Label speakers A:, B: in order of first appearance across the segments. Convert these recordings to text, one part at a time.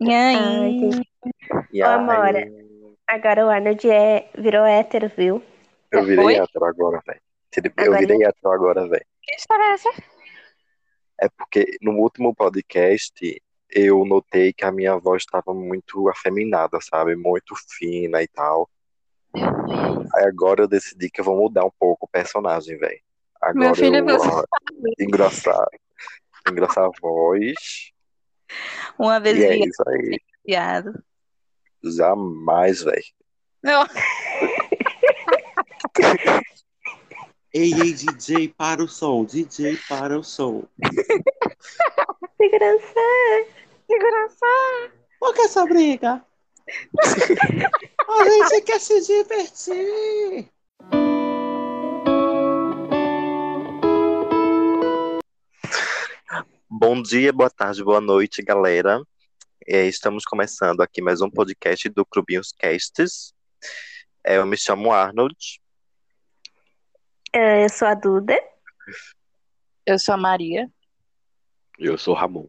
A: E
B: Ah,
A: aí?
B: entendi.
C: E
B: Ô, Amora.
C: aí,
B: Agora o Arnold é... virou hétero, viu?
C: eu
A: Já
C: virei
A: foi?
C: hétero agora, velho. Ele- Eu
B: Agora
C: virei hétero agora, velho.
A: Que história é essa?
C: É porque no último podcast eu notei que a minha voz estava muito afeminada, sabe? Muito fina e tal. Aí agora eu decidi que eu vou mudar um pouco o personagem, velho. Agora
A: Meu filho,
C: eu
A: você
C: vou engrossar, engrossar a voz.
A: Uma vez
C: E é
A: viado.
C: isso aí.
A: viado.
C: Jamais, velho.
A: Não,
D: Ei, ei, DJ, para o som, DJ, para o som.
B: Segurança.
A: segurança.
D: Por que essa briga? A gente quer se divertir.
C: Bom dia, boa tarde, boa noite, galera. É, estamos começando aqui mais um podcast do Clubinhos Casts. É, eu me chamo Arnold.
B: É, Eu sou a Duda.
A: Eu sou a Maria.
D: Eu sou Ramon.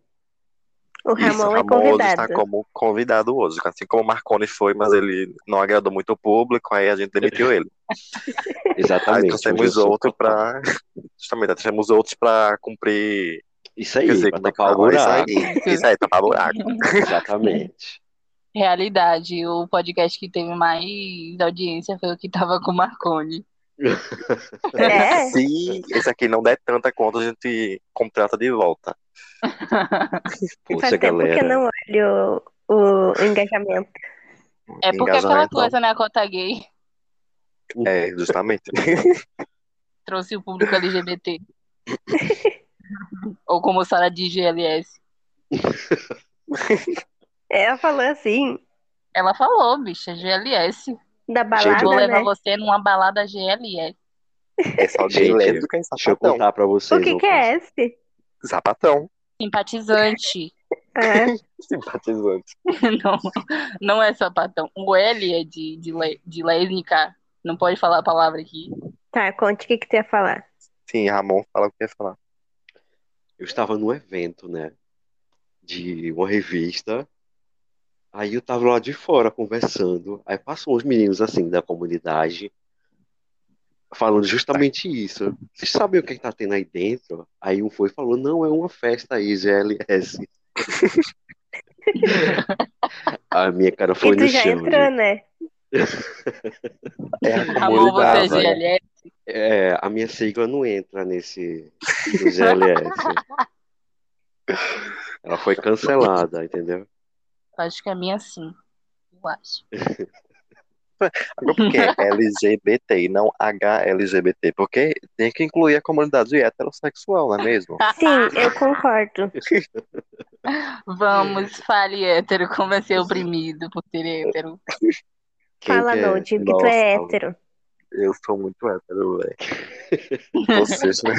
B: O Ramon é
C: Isso, Ramon hoje
B: convidado.
C: está como convidado hoje, assim como o Marconi foi, mas ele não agradou muito o público, aí a gente demitiu ele. Aí tá
D: Exatamente. hoje eu
C: trouxemos
D: sou
C: outro
D: topado.
C: para justamente, trouxemos outros para cumprir,
D: Isso aí,
C: quer dizer,
D: pra
C: como é que
D: tapar o
C: fala? isso
D: buraco.
C: aí, isso aí, tapar buraco.
D: Exatamente.
A: Realidade, o podcast que teve mais audiência foi o que tava com o Marconi.
B: É?
C: Se esse aqui não der tanta conta, a gente contrata de volta.
B: Faz
D: Poxa,
B: tempo que eu
D: galera.
B: não olho o, o engajamento.
A: É porque aquela
C: Engajamento,
A: coisa, né? A cota gay
C: É, justamente.
A: trouxe o público LGBT. Ou como Sara de GLS.
B: Ela falou assim,
A: Ela falou, bicha, GLS.
B: da
C: Gente,
B: balada,
A: Vou levar
B: né?
A: você numa balada GLS.
C: É só gay
D: Gente,
C: lésbico e
D: Deixa eu
C: sapatão.
D: contar pra vocês.
B: Tá
D: um
B: O que
D: uma
B: que é esse?
C: Sapatão,
A: Simpatizante.
B: Ah,
C: simpatizante.
A: Não, não é sapatão. O L é de, de, le- de lésbica. Não pode falar a palavra aqui.
B: tá, conte o que que tu ia falar.
C: Sim, Ramon, fala o que ia falar.
D: eu estava num evento, né? De uma revista. Aí eu tava lá de fora conversando. Aí passam uns meninos assim da comunidade falando justamente isso. Vocês sabem o que, que tá tendo aí dentro? Aí um foi e falou, não, é uma festa aí, GLS. A minha cara foi
B: e tu
D: no
B: já
D: chão.
B: entrou,
D: gente.
B: né?
C: É a
A: Ramon, você é
C: comunidade.
A: GLS.
D: É, a minha sigla não entra nesse no GLS. Ela foi cancelada, entendeu?
C: é.
A: Acho que a minha sim. Eu acho.
C: Porque é LGBT e não HLGBT, porque tem que incluir a comunidade heterossexual, não é mesmo?
A: Ah,
B: Sim, eu concordo.
A: Vamos, fale hétero, como é ser oprimido por ser hétero.
D: Quem
B: Fala,
D: que é?
B: Nold, que tu
C: Nossa,
B: é hétero.
C: Eu sou muito hétero, velho. Vocês, né?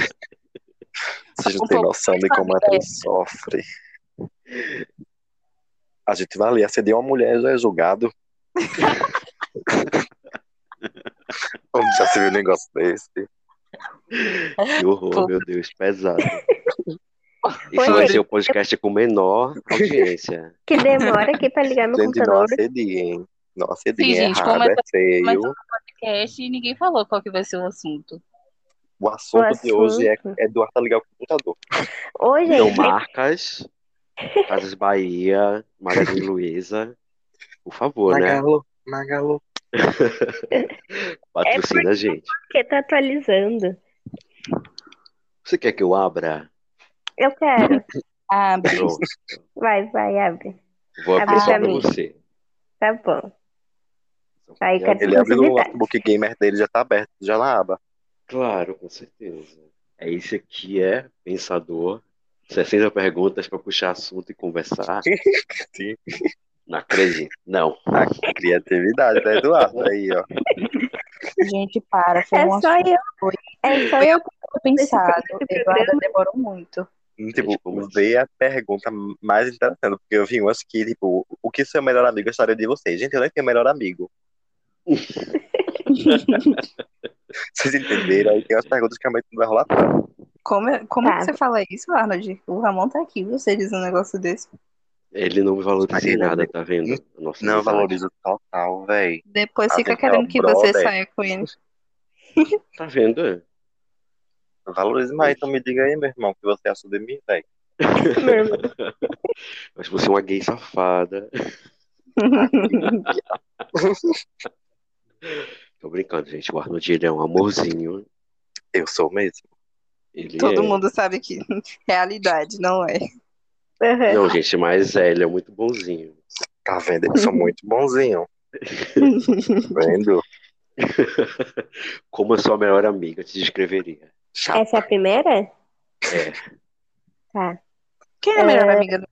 C: Vocês não
A: O
C: têm
A: povo
C: noção de como
A: sabe,
C: hétero sofre. A gente vai ali, acender uma mulher já é julgado. Onde já se viu um negócio desse?
D: Que horror,
A: Pô.
D: meu Deus, pesado. Isso
B: Oi,
D: vai
B: Rodrigo.
D: ser o podcast com menor audiência.
B: Que demora aqui pra ligar meu
C: Gente, é não
B: computador.
C: acediem. Não acediem,
A: Sim,
C: é
A: gente,
C: errado, é
A: começa-
C: feio.
A: começa- Podcast e ninguém falou qual que vai ser o assunto.
C: O assunto, de hoje é,
B: assunto.
C: é Eduardo ligar o computador. né?
B: Ô,
D: Não
B: gente,
D: marcas, Casas Bahia, Magazine Luiza. Por favor, né?
C: Magalu.
D: Patrocina a gente.
B: porque tá atualizando.
D: Você quer que eu abra?
B: Eu quero.
A: Ah,
D: Pronto.
B: Vai, vai, abre.
D: Vou
B: Abre
D: abrir só
B: pra
D: pra
B: mim.
D: você.
B: Tá bom. Aí, quero
C: Ele abriu o
B: possibilidade.
C: notebook gamer dele, já tá aberto, já na aba.
D: Claro, com certeza. É esse aqui é Pensador. 60 perguntas para puxar assunto e conversar.
C: Sim.
D: Não acredito. Não.
C: A criatividade da Eduardo aí, ó.
A: gente, para. Foi
B: É
A: um
B: só
A: assunto
B: eu. É só
A: Foi
B: eu.
A: pensado.
B: Esse programa-
A: Eduardo demorou muito.
C: Tipo,
D: como-
C: vê a pergunta mais interessante, porque eu vi umas que, tipo, o que seu melhor amigo gostaria de você? Gente, eu nem tenho melhor amigo. Vocês entenderam? Aí tem umas perguntas que a mente não vai rolar.
A: Como, é- como é
B: Tá.
A: que você fala isso, Arnold? O Ramon tá aqui, você diz um negócio desse.
D: Ele não me valoriza em
C: Aí, né,
D: nada, tá vendo? A nossa
C: Não,
D: amizade.
C: valoriza total, véi.
A: Depois
C: Ah,
A: fica
C: tem que é
A: querendo
C: o
A: que você
C: brother.
A: saia com ele.
D: Tá vendo? é?
C: Valoriza mais, então me diga aí, meu irmão, o que você acha de mim, véi.
D: Mas você é uma gay safada. Tô brincando, gente. O Arnold ele é um amorzinho.
C: Eu sou mesmo.
D: Ele
A: Todo
D: é...
A: mundo sabe que realidade não é. Uhum.
B: Aham.
D: Não, gente, mas é, ele é muito bonzinho.
C: Tá vendo? Eu sou muito bonzinho. Tá vendo?
D: Como a sua melhor amiga te descreveria?
C: Chato.
B: Essa é a primeira?
D: É.
B: Tá.
A: Quem é a melhor amiga do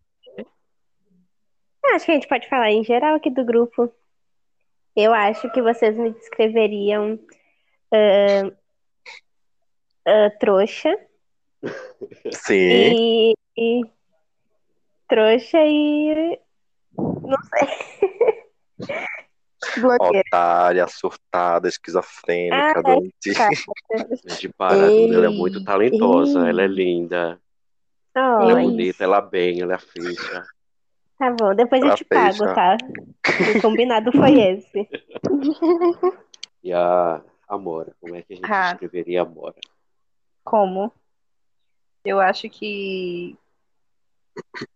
B: Ah, Acho que a gente pode falar em geral aqui do grupo. Eu acho que vocês me descreveriam ah, ah, trouxa
C: É, Sim.
B: e, e trouxa e não sei. Blogueira.
C: Otária, surtada, esquizofrênica,
B: Ah,
C: doente.
B: tá.
D: De parada, ela é muito talentosa,
B: ei.
D: ela é linda,
B: Ó,
D: ela é
E: Oi.
D: bonita, ela é bem, ela é feia.
B: tá bom, depois eu
C: Pra
B: te pago,
C: fechar.
B: tá? O combinado foi esse.
D: E a Amora, como é que a gente
A: Ah.
D: descreveria a Amora?
A: Como? Eu acho que.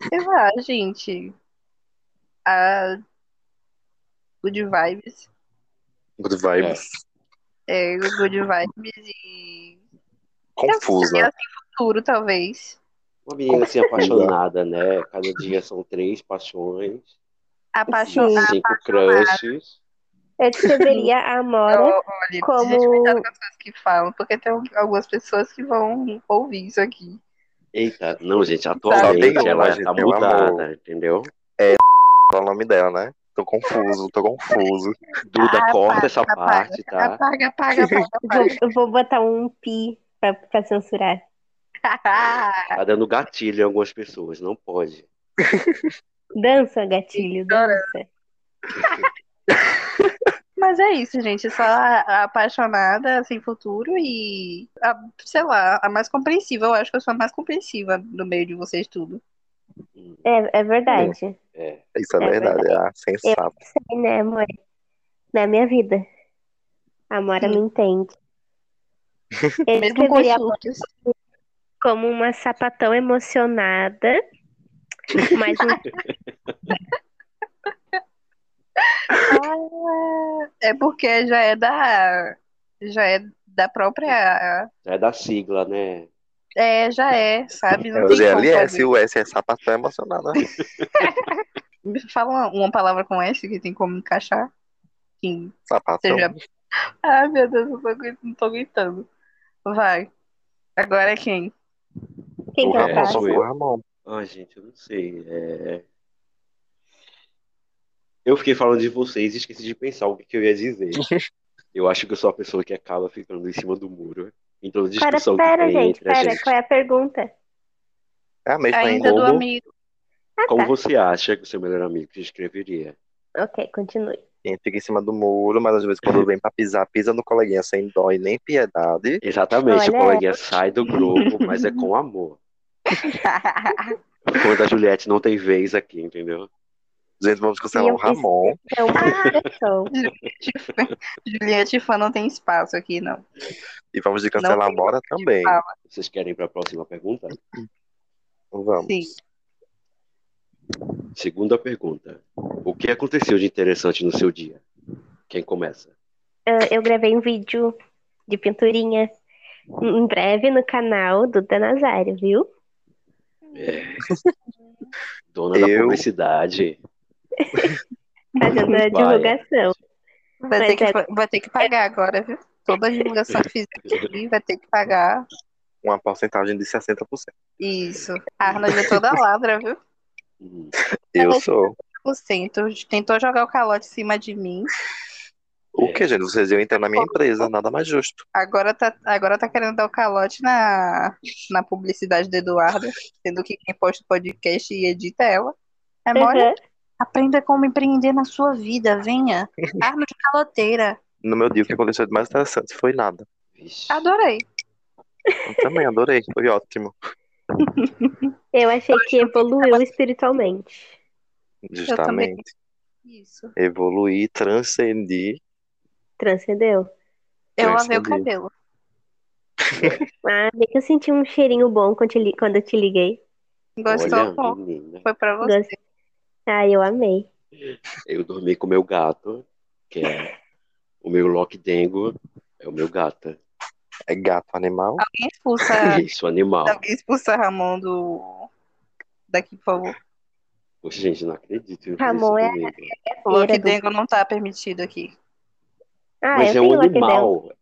A: Sei lá, gente. A. Good Vibes.
C: Good vibes.
A: É, Good Vibes e.
C: Confusa.
A: Assim, futuro, talvez.
D: Uma menina assim apaixonada, né? Cada dia são três paixões,
A: Apaixonada.
D: cinco crushes.
B: Eu descreveria a Amora
A: Ó, Olha,
B: como-
A: gente, cuidado com as coisas que falam, porque tem algumas pessoas que vão ouvir isso aqui.
D: Eita, não, gente, atualmente
C: tem uma,
D: ela
C: gente,
D: tá
C: tem uma
D: mudada,
C: amor.
D: entendeu?
C: Qual é o nome dela, né? Tô confuso, tô confuso.
D: Duda,
A: Ah,
D: corta
A: apaga,
D: essa
A: apaga,
D: parte, tá?
A: Apaga, apaga,
B: Vou,
A: apaga,
B: eu vou botar um pi pra, pra censurar.
A: apaga.
D: Tá dando gatilho em algumas pessoas, não pode.
B: Dança, gatilho, dança.
A: Mas é isso, gente. Só a, a apaixonada, sem futuro e, a, sei lá, a mais compreensiva. Eu acho que eu sou a mais compreensiva no meio de vocês tudo.
D: Hum,
B: É, é verdade.
D: É,
C: Isso é
B: É
C: verdade, é a sensata.
B: Sei, né, amor? Na minha vida. A Amora
A: Sim.
B: me entende. Eu
A: Mesmo com
B: descreveria a Amora
A: surtos.
B: como uma sapatão emocionada, mas um-
A: Ah, é porque já é da. Já é da própria.
D: é da sigla, né?
A: É, já é, sabe?
C: É
A: Não
C: o
A: tem como
C: GLS
A: fazer.
C: e o S é sapatão emocionada. né?
A: Me Fala uma, uma palavra com S que tem como encaixar. Sim.
C: Sapatão.
A: Seja- Ai, meu Deus, eu tô aguent- não tô aguentando. Vai. Agora é quem?
B: quem
C: O
B: que eu
D: É,
C: Ramon,
B: faço?
D: sou
C: o
D: eu.
C: Ramon.
D: Ai, Ah, gente, eu não sei. é- Eu fiquei falando de vocês e esqueci de pensar o que que eu ia dizer. Eu acho que eu sou a pessoa que acaba ficando em cima do muro. Em toda
B: Cara,
D: discussão que
B: pera,
D: tem
B: gente,
D: entre a
B: pera,
D: gente.
B: qual é a pergunta?
C: É a mesma
A: Ainda
C: ainda.
A: do
D: Como?
A: amigo.
D: Como
B: tá.
D: você acha que o seu melhor amigo te escreveria?
B: Ok, continue.
C: Quem fica em cima do muro, mas às vezes quando vem pra pisar, pisa no coleguinha sem dó e nem piedade.
B: Olha,
D: Exatamente, o coleguinha sai do grupo, mas é com amor. Quando a Juliette não tem vez aqui, entendeu?
C: Gente, vamos cancelar
B: E
C: o
B: eu
C: Ramon.
B: É uma expressão.
A: Juliette fã não tem espaço aqui, não.
C: E vamos de cancelar
A: tem
C: agora também.
A: fala.
D: Vocês querem ir para a próxima pergunta?
C: Vamos.
A: Sim.
D: Segunda pergunta. O que aconteceu de interessante no seu dia? Quem começa?
B: Ah, Eu gravei um vídeo de pinturinha em breve no canal do Danazário, viu?
D: É. Dona da
C: Eu.
D: publicidade.
B: Fazendo a
D: Vai. é.
B: divulgação.
A: Vai
B: Mas
A: ter, que,
B: é-
A: vai ter que pagar agora, viu? Toda a divulgação que fizer aqui vai ter que pagar.
C: Uma porcentagem de 60%.
A: Isso. A Arnold é toda ladra, viu?
D: Hum.
C: Eu
A: Ela-
C: sou.
A: 100%. Tentou jogar o calote em cima de mim.
C: O que, gente? Vocês iam entrar na minha empresa, nada mais justo.
A: Agora tá, agora tá querendo dar o calote na, na publicidade do Eduardo, sendo que quem posta o podcast e edita é ela. É mole.
B: Uhum.
A: Aprenda como empreender na sua vida, venha. Arma de caloteira.
C: No meu dia, o que aconteceu de mais interessante foi nada.
D: Vixe.
A: Adorei.
C: Eu também adorei, foi ótimo.
B: Eu achei que evoluiu espiritualmente.
C: Justamente.
A: Isso.
C: Evoluir, transcendir.
B: Transcendeu.
A: Eu lavei o
C: Transcendi.
A: cabelo.
B: Ah, bem que eu senti um cheirinho bom quando, te li- quando eu te liguei.
A: Gostou?
D: Olha,
A: Bom,
D: menina,
A: foi pra você.
B: Gostei. Ah, eu amei.
D: eu dormi com meu gato, que é o meu Loki Dengo, é o meu gato.
C: É gato animal?
A: Alguém expulsa,
D: Isso, animal.
A: alguém expulsa Ramon do... daqui, por favor.
D: Poxa, gente, não acredito.
B: Ramon é-
D: comigo.
A: O Loki
B: Era do-
A: Dengo não tá permitido aqui.
B: Ah,
D: Mas
B: eu
D: é um
B: tenho Lucky Dell.
D: animal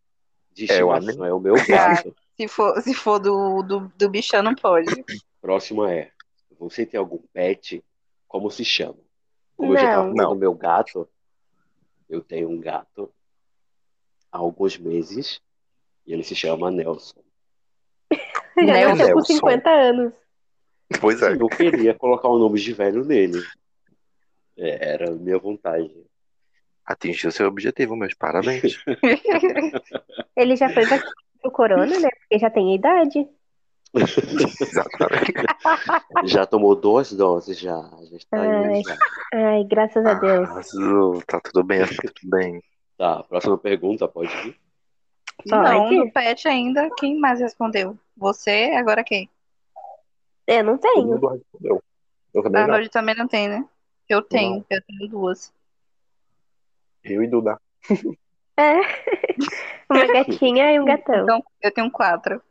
D: de
C: É o
D: estimação, é o meu gato.
A: Se for, se for do, do, do bichão, não pode.
D: Próxima é, você tem algum pet? Como se chama? Como eu já
B: Não.
D: tava falando
C: Não.
D: do meu gato, eu tenho um gato há alguns meses e ele se chama Nelson.
B: Já
E: Nelson.
B: nasceu com
C: Nelson.
B: 50 anos.
C: Pois é.
D: Sim, eu queria colocar o nome de velho nele. É, era a minha vontade.
C: Atingiu seu objetivo, meus parabéns.
B: Ele já foi vacinado pro corona, né? Porque já tem idade.
C: Exatamente.
D: Já tomou duas doses, já. Já está
B: Ai.
D: indo, já.
B: Ai, graças
D: Ah,
B: a Deus.
C: Arrasou. Tá tudo bem, tá tudo bem.
D: Tá, próxima pergunta, pode ir.
A: Não,
B: Pode?
A: no pet ainda. Quem mais respondeu? Você, agora quem?
B: Eu não
C: Todo
B: tenho. Ah,
C: mundo respondeu. Eu
A: A
C: também não.
A: Arnold também não tem, né? Eu tenho, eu tenho duas.
C: Eu e Duda.
B: É. Uma gatinha e um gatão.
A: Então, eu tenho quatro.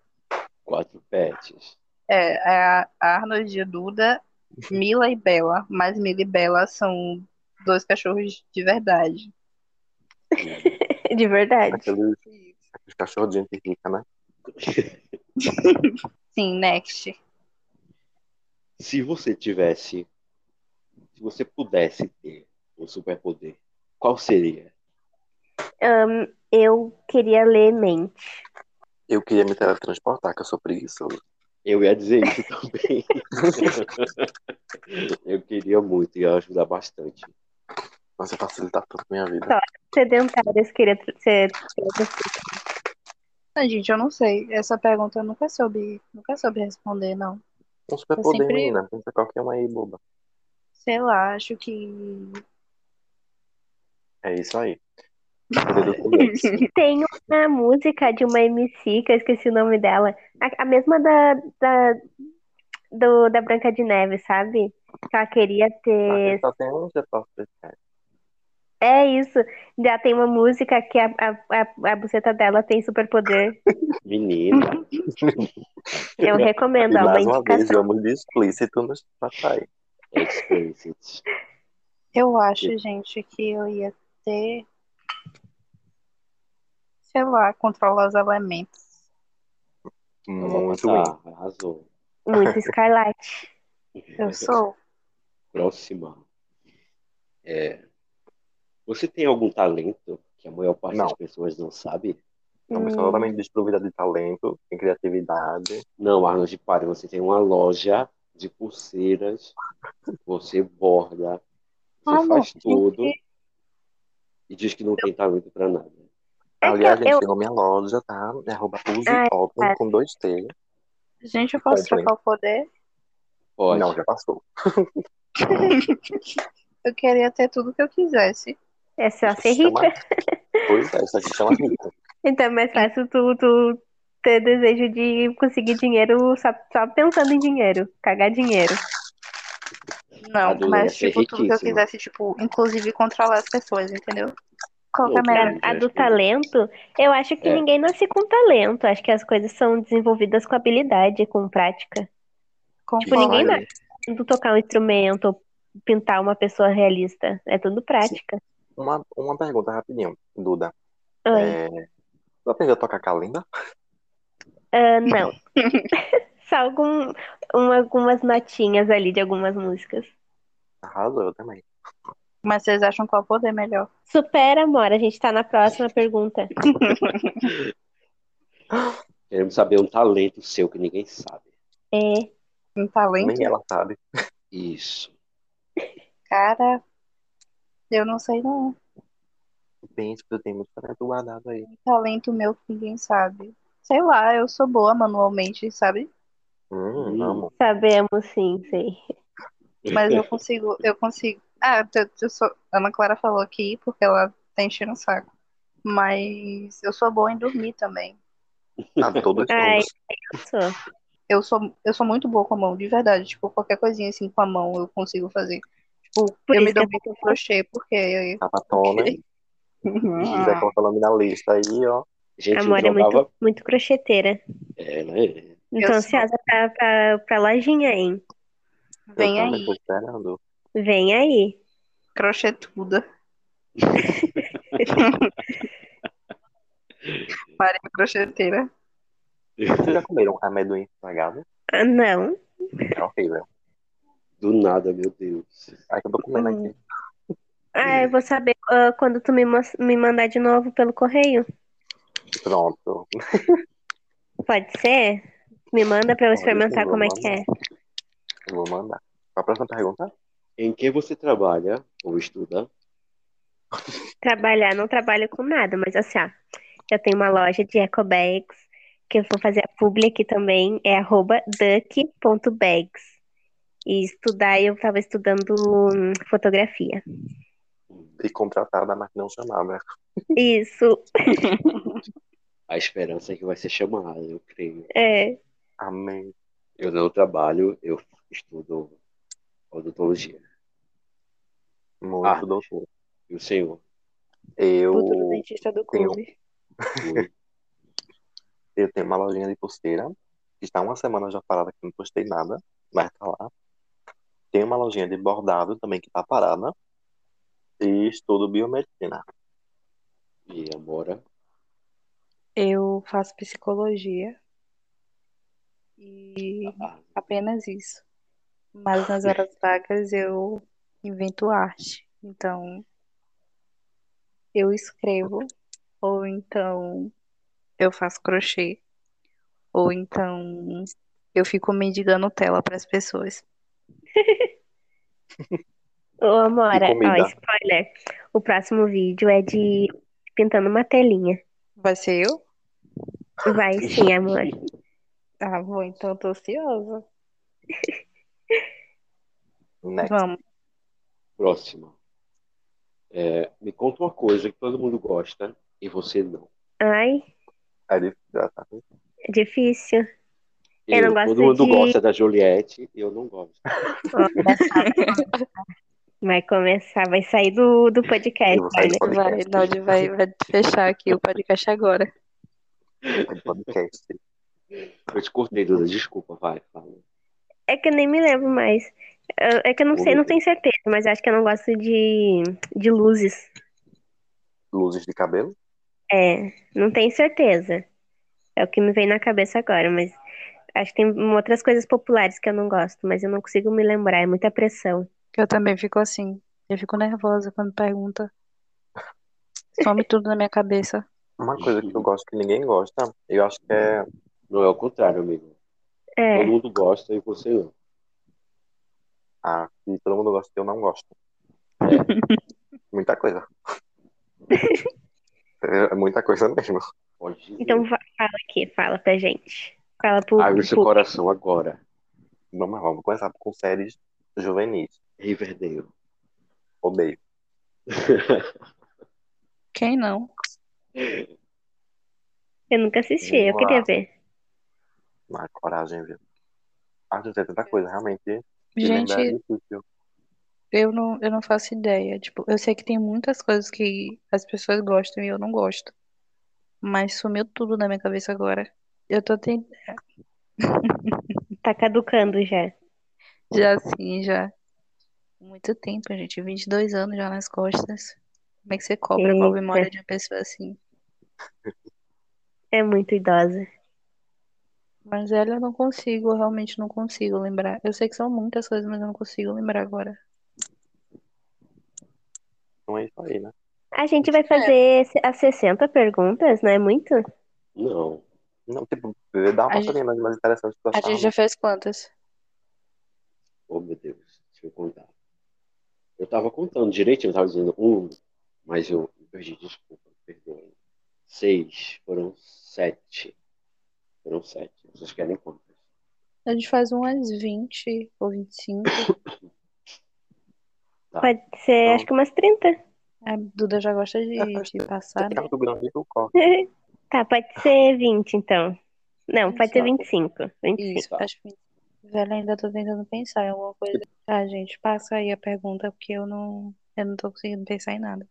D: Quatro pets.
A: É, a Arnold, a Duda, Mila e Bela. Mas Mila e Bela são dois cachorros de verdade.
B: De verdade.
C: Aqueles aqueles cachorros de gente rica, né?
A: Sim, next.
D: Se você tivesse, se você pudesse ter um superpoder, qual seria?
B: Ahn, eu queria ler mente.
C: Eu queria me teletransportar, que eu sou preguiçoso.
D: Eu ia dizer isso também. eu queria muito, ia ajudar bastante.
C: Mas eu facilitar tudo a minha vida.
B: Sedentárias queria tr- ser.
A: Ah, gente, eu não sei. Essa pergunta eu nunca soube, nunca soube responder, não.
C: Um superpoder,
A: sempre-
C: menina. Pensa qualquer uma aí, boba.
A: Sei lá, acho que.
C: É isso aí. Poder do comércio.
B: Tem uma música de uma MC, que eu esqueci o nome dela. A, a mesma da, da, do- da Branca de Neve, sabe? Que ela queria ter.
C: Mas Só tem um setor especial.
B: É isso. Já tem uma música que a, a, a, a buceta dela tem superpoder.
D: Menina,
B: Eu
C: E
B: recomendo, ó, uma
C: mais uma vez,
B: indicação.
C: vamos de explícito nos papai.
D: é explicit.
A: Eu acho, gente, que eu ia ter. Sei lá, controlar os elementos.
C: Muito bem.
D: tá, arrasou.
B: Muito escarlate.
A: Eu sou.
D: Próxima. É, você tem algum talento que a maior parte
C: Não.
D: das pessoas não sabe?
C: Estamos
B: Hum.
C: totalmente desprovida de talento, de criatividade.
D: Não, Arnold, pare. Você tem uma loja de pulseiras, você borda, você
A: Amor,
D: faz
A: gente.
D: tudo e diz que não tem talento pra nada.
B: É
C: Aliás,
B: que
C: gente,
B: eu, Ah, é.
C: chegou minha loja, tá? É arroba Uzi
B: Ai,
C: Open
B: cara.
C: com dois T.
A: Gente, eu posso
C: Comprei.
A: trocar o poder?
D: Pode.
C: Não, já passou.
A: Eu queria ter tudo que eu quisesse.
B: é só
C: Isso
B: ser
C: se chama-
B: rica.
C: Pois é, isso aqui se chama rico.
B: Então é mais fácil tu, tu ter desejo de conseguir dinheiro só, só pensando em dinheiro. Cagar dinheiro.
A: Não,
D: A Duda ia
A: mas
D: ser
A: tipo, tudo que eu
D: riquíssima.
A: quisesse, tipo, inclusive controlar as pessoas, entendeu? é Colocar
D: Não,
A: merda.
D: cara.
B: A, a do talento, eu acho que
D: É.
B: ninguém nasce com talento. Acho que as coisas são desenvolvidas com habilidade, com prática. Tipo,
A: Concordo.
B: ninguém nasce Tu tocar um instrumento ou pintar uma pessoa realista. É tudo prática.
C: Uma, uma pergunta rapidinho, Duda.
B: Oi.
C: É, tu aprendeu a tocar calenda?
A: É.
B: Ah, não. Só algum, um- algumas notinhas ali de algumas músicas.
C: Arrasou, eu também.
A: Mas vocês acham qual poder melhor?
B: Supera, amor. A gente tá na próxima pergunta.
D: Queremos saber um talento seu que ninguém sabe.
B: É.
A: Um talento?
C: Nem ela sabe.
D: Isso.
A: Cara, eu não sei não.
C: Gente, eu tenho muito talento guardado aí.
A: Um talento meu que ninguém sabe. Sei lá, eu sou boa manualmente, sabe?
C: Hum,
D: Hum.
C: amo.
B: Sabemos sim, sei.
A: Mas eu consigo, eu consigo. Ah, eu, eu sou, a Ana Clara falou aqui porque ela tá enchendo o saco. Mas eu sou boa em dormir também.
C: Ah, todos
B: Ai,
C: somos.
B: eu sou.
A: Eu sou, eu sou muito boa com a mão, de verdade. Tipo, qualquer coisinha assim com a mão eu consigo fazer. Tipo,
B: Por
A: eu me
B: isso que
A: dou
B: é eu
A: bem com crochê, porque.
C: Tá Sapatona.
A: Uhum.
C: Quiser colocar o nome na é lista aí, ó.
D: Gente,
B: Amor é
D: eu jogava.
B: muito, muito crocheteira.
D: É, né?
B: Então
A: sou.
B: ansiosa pra, pra, pra lojinha, hein?
A: Vem
C: eu também
A: aí,
C: tô esperando.
B: Vem aí.
A: crochetuda. Maria crocheteira.
C: Vocês já comeram amendoim estragado?
B: Ah, não.
C: É horrível.
D: Do nada, meu Deus.
C: Aí que eu tô comendo
B: Hum.
C: aqui.
B: Ah, eu vou saber ah, quando tu me, mos- me mandar de novo pelo correio.
C: Pronto.
B: Pode ser? Me manda pra eu
C: Pode,
B: experimentar
C: eu
B: como é
C: vou
B: que é.
C: Eu vou mandar. A próxima pergunta?
D: Em que você trabalha ou estuda?
B: Trabalhar, não trabalho com nada, mas assim, ó, eu tenho uma loja de ecobags, que eu vou fazer a publi aqui também, é arroba duck.bags. E estudar, eu tava estudando hum, fotografia.
C: E contratada, mas não chamada.
B: Isso,
D: A esperança é que vai ser chamada, eu creio.
B: é.
C: Amém.
D: Eu não trabalho, eu estudo odontologia.
C: Muito
D: Ah.
C: doutor.
D: E o senhor?
B: Futuro
C: Eu,
B: dentista do
C: tenho-
B: clube.
D: Oi.
C: eu tenho uma lojinha de pulseira. que Está uma semana já parada que não postei nada, mas tá lá. Tenho uma lojinha de bordado também que tá parada. E estudo biomedicina.
D: E agora?
A: Eu faço psicologia. E apenas isso. Mas nas horas vagas eu invento arte. Então, eu escrevo, ou então eu faço crochê, ou então eu fico mendigando tela para as pessoas.
B: Ô, Amora,
C: E
B: ó,
C: comida?
B: spoiler. O próximo vídeo é de pintando uma telinha.
A: Vai ser eu?
B: Vai sim, é amor.
A: Ah, vou, então eu tô ansiosa.
C: Next.
A: Vamos.
D: Próxima. É, me conta uma coisa que todo mundo gosta e você não.
B: Ai,
C: Aí ele já tá com
B: é difícil. Eu não gosto
D: todo mundo
B: de-
D: gosta da Juliette e eu não gosto.
B: Vai começar, vai sair do, do podcast,
C: Eu vou sair do
B: né?
A: Vai,
C: podcast.
A: Naldi vai, vai fechar aqui o podcast agora.
C: do podcast.
D: Eu te cortei, Duda, desculpa, vai, fala.
B: É que eu nem me lembro mais. É é que eu não sei, não tenho certeza, mas acho que eu não gosto de, de luzes.
C: Luzes de cabelo?
B: É, não tenho certeza. É o que me vem na cabeça agora, mas acho que tem outras coisas populares que eu não gosto, mas eu não consigo me lembrar, é muita pressão.
A: Eu também fico assim. Eu fico nervosa quando pergunta. Some tudo na minha cabeça.
C: Uma coisa que eu gosto que ninguém gosta, eu acho que é.
D: Não é o contrário, amigo.
B: É,
D: Todo mundo gosta e você não.
C: Ah, que todo mundo gosta que eu não gosto. Muita coisa. É muita coisa mesmo.
D: Pode dizer.
B: então va- fala aqui, fala pra gente. Fala pro,
D: Abre seu
B: pro-
D: coração agora.
C: Vamos lá, vamos começar com séries juvenis.
D: Riverdale.
C: Odeio.
A: Quem não?
B: Eu nunca assisti, eu
C: Vamos
B: queria
C: lá.
B: ver.
C: Na coragem, viu? Ah, gente, tem tanta coisa, realmente. de lembrar é
A: É. Gente,
C: difícil.
A: eu não, eu não faço ideia. Tipo, eu sei que tem muitas coisas que as pessoas gostam e eu não gosto. Mas sumiu tudo na minha cabeça agora. Eu tô tentando.
B: Tá caducando já.
A: Já assim, já. Muito tempo, gente. 22 anos já nas costas. Como é que você cobra uma
B: Eita.
A: memória de uma pessoa assim?
B: É muito idosa.
A: Mas ela eu não consigo, eu realmente não consigo lembrar. Eu sei que são muitas coisas, mas eu não consigo lembrar agora.
C: Não é isso aí, né?
B: A gente vai fazer as 60 perguntas, não é muito?
D: Não.
C: Não, tipo, dá uma
A: A gente-
C: passadinha nas mais interessantes que eu
A: A
C: achava.
A: gente já fez quantas?
D: Oh, meu Deus. Deixa eu contar. Eu tava contando direitinho, eu tava dizendo um, mas eu eu perdi, desculpa, perdoe. Seis, foram sete. Foram sete. Vocês querem quantas?
A: A gente faz umas 20 ou 25.
D: Tá.
B: Pode ser,
D: Então-
B: acho que umas 30.
A: A Duda já gosta de, de passar, né?
C: Ricardo Grande do Corte.
B: Tá, pode ser 20, então. Não, pode ser
A: Isso.
B: 25. 25.
A: Isso, acho que. Velho, ainda tô tentando pensar em alguma coisa. Tá, gente, passa aí a pergunta, porque eu não, eu não tô conseguindo pensar em nada.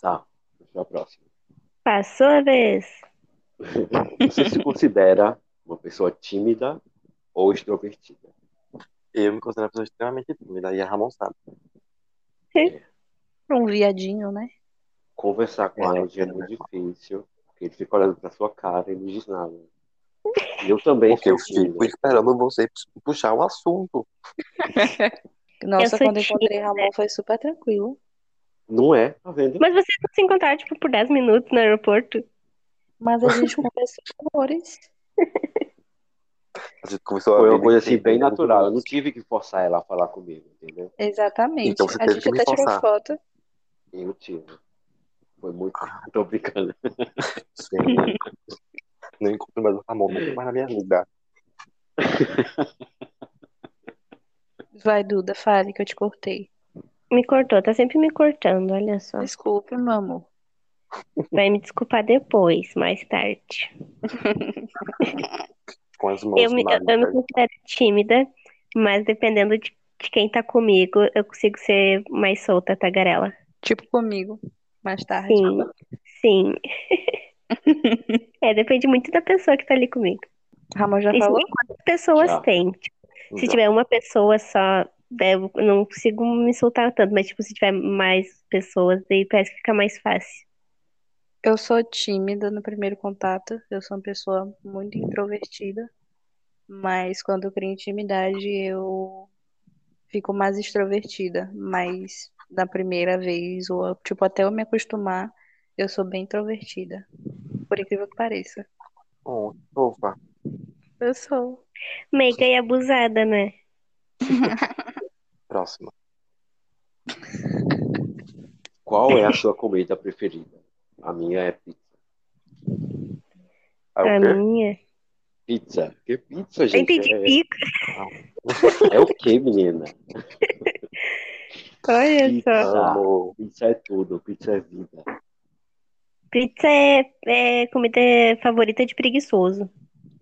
D: Tá, deixa eu a próxima.
B: Passou a vez.
D: Você se considera uma pessoa tímida ou extrovertida?
C: Eu me considero uma pessoa extremamente tímida, e a Ramon sabe.
A: Um viadinho, né?
D: Conversar com a
C: É,
D: Angie é muito difícil, porque ele fica olhando pra sua cara e não diz nada. E eu também
C: Porque eu
D: sou tímido.
C: fico esperando você puxar o assunto.
A: Nossa,
B: Eu sou
A: quando eu encontrei
B: tímida.
A: Ramon foi super tranquilo.
D: Não é, tá vendo?
B: Mas vocês não se encontraram, tipo, por 10 minutos no aeroporto?
A: Mas a gente conversou horrores.
C: A gente começou a
D: Foi
C: ver
D: uma coisa assim
C: inteira,
D: bem
C: né?
D: natural. Eu não tive que forçar ela a falar comigo, entendeu?
A: Exatamente.
C: Então você
A: a
C: teve
A: gente
C: que me
A: até tirou
C: forçar.
A: foto.
D: Eu tive. Foi muito. Tô brincando.
C: Sim. né? Não encontro mais o Ramon nunca mais na minha vida.
A: Vai, Duda, fale que eu te cortei.
B: Me cortou, tá sempre me cortando, olha só.
A: Desculpe, meu amor.
B: Vai me desculpar depois, mais tarde.
C: Com as mãos
B: Eu me, eu- eu me
C: mágicas.
B: considero tímida, mas dependendo de, de quem tá comigo, eu consigo ser mais solta, tagarela.
A: Tipo comigo, mais tarde.
B: Sim, sim. É, depende muito da pessoa que tá ali comigo.
A: Ramon já
B: Isso
A: falou?
B: Quantas pessoas
C: Ah,
D: Já.
B: tem? Tipo, se tiver uma pessoa só, daí eu não consigo me soltar tanto, mas tipo, se tiver mais pessoas, daí parece que fica mais fácil.
A: Eu sou tímida no primeiro contato. Eu sou uma pessoa muito introvertida. Mas quando eu crio intimidade, eu fico mais extrovertida. Mas na primeira vez, ou tipo, até eu me acostumar, eu sou bem introvertida. Por incrível que pareça.
C: Oh, fofa.
A: Eu sou.
B: Meiga e abusada, né?
C: Próxima.
D: Qual é a sua comida preferida? A minha é pizza.
C: Aí
A: Ah,
B: a
C: É o quê?
B: minha.
D: Pizza? Que pizza,
B: Eu
D: gente?
B: entendi
D: É,
B: pico.
D: é o que, menina?
B: Olha só.
D: Pizza.
C: Amo.
D: Pizza é tudo. Pizza é vida.
B: Pizza é, é comida favorita de preguiçoso.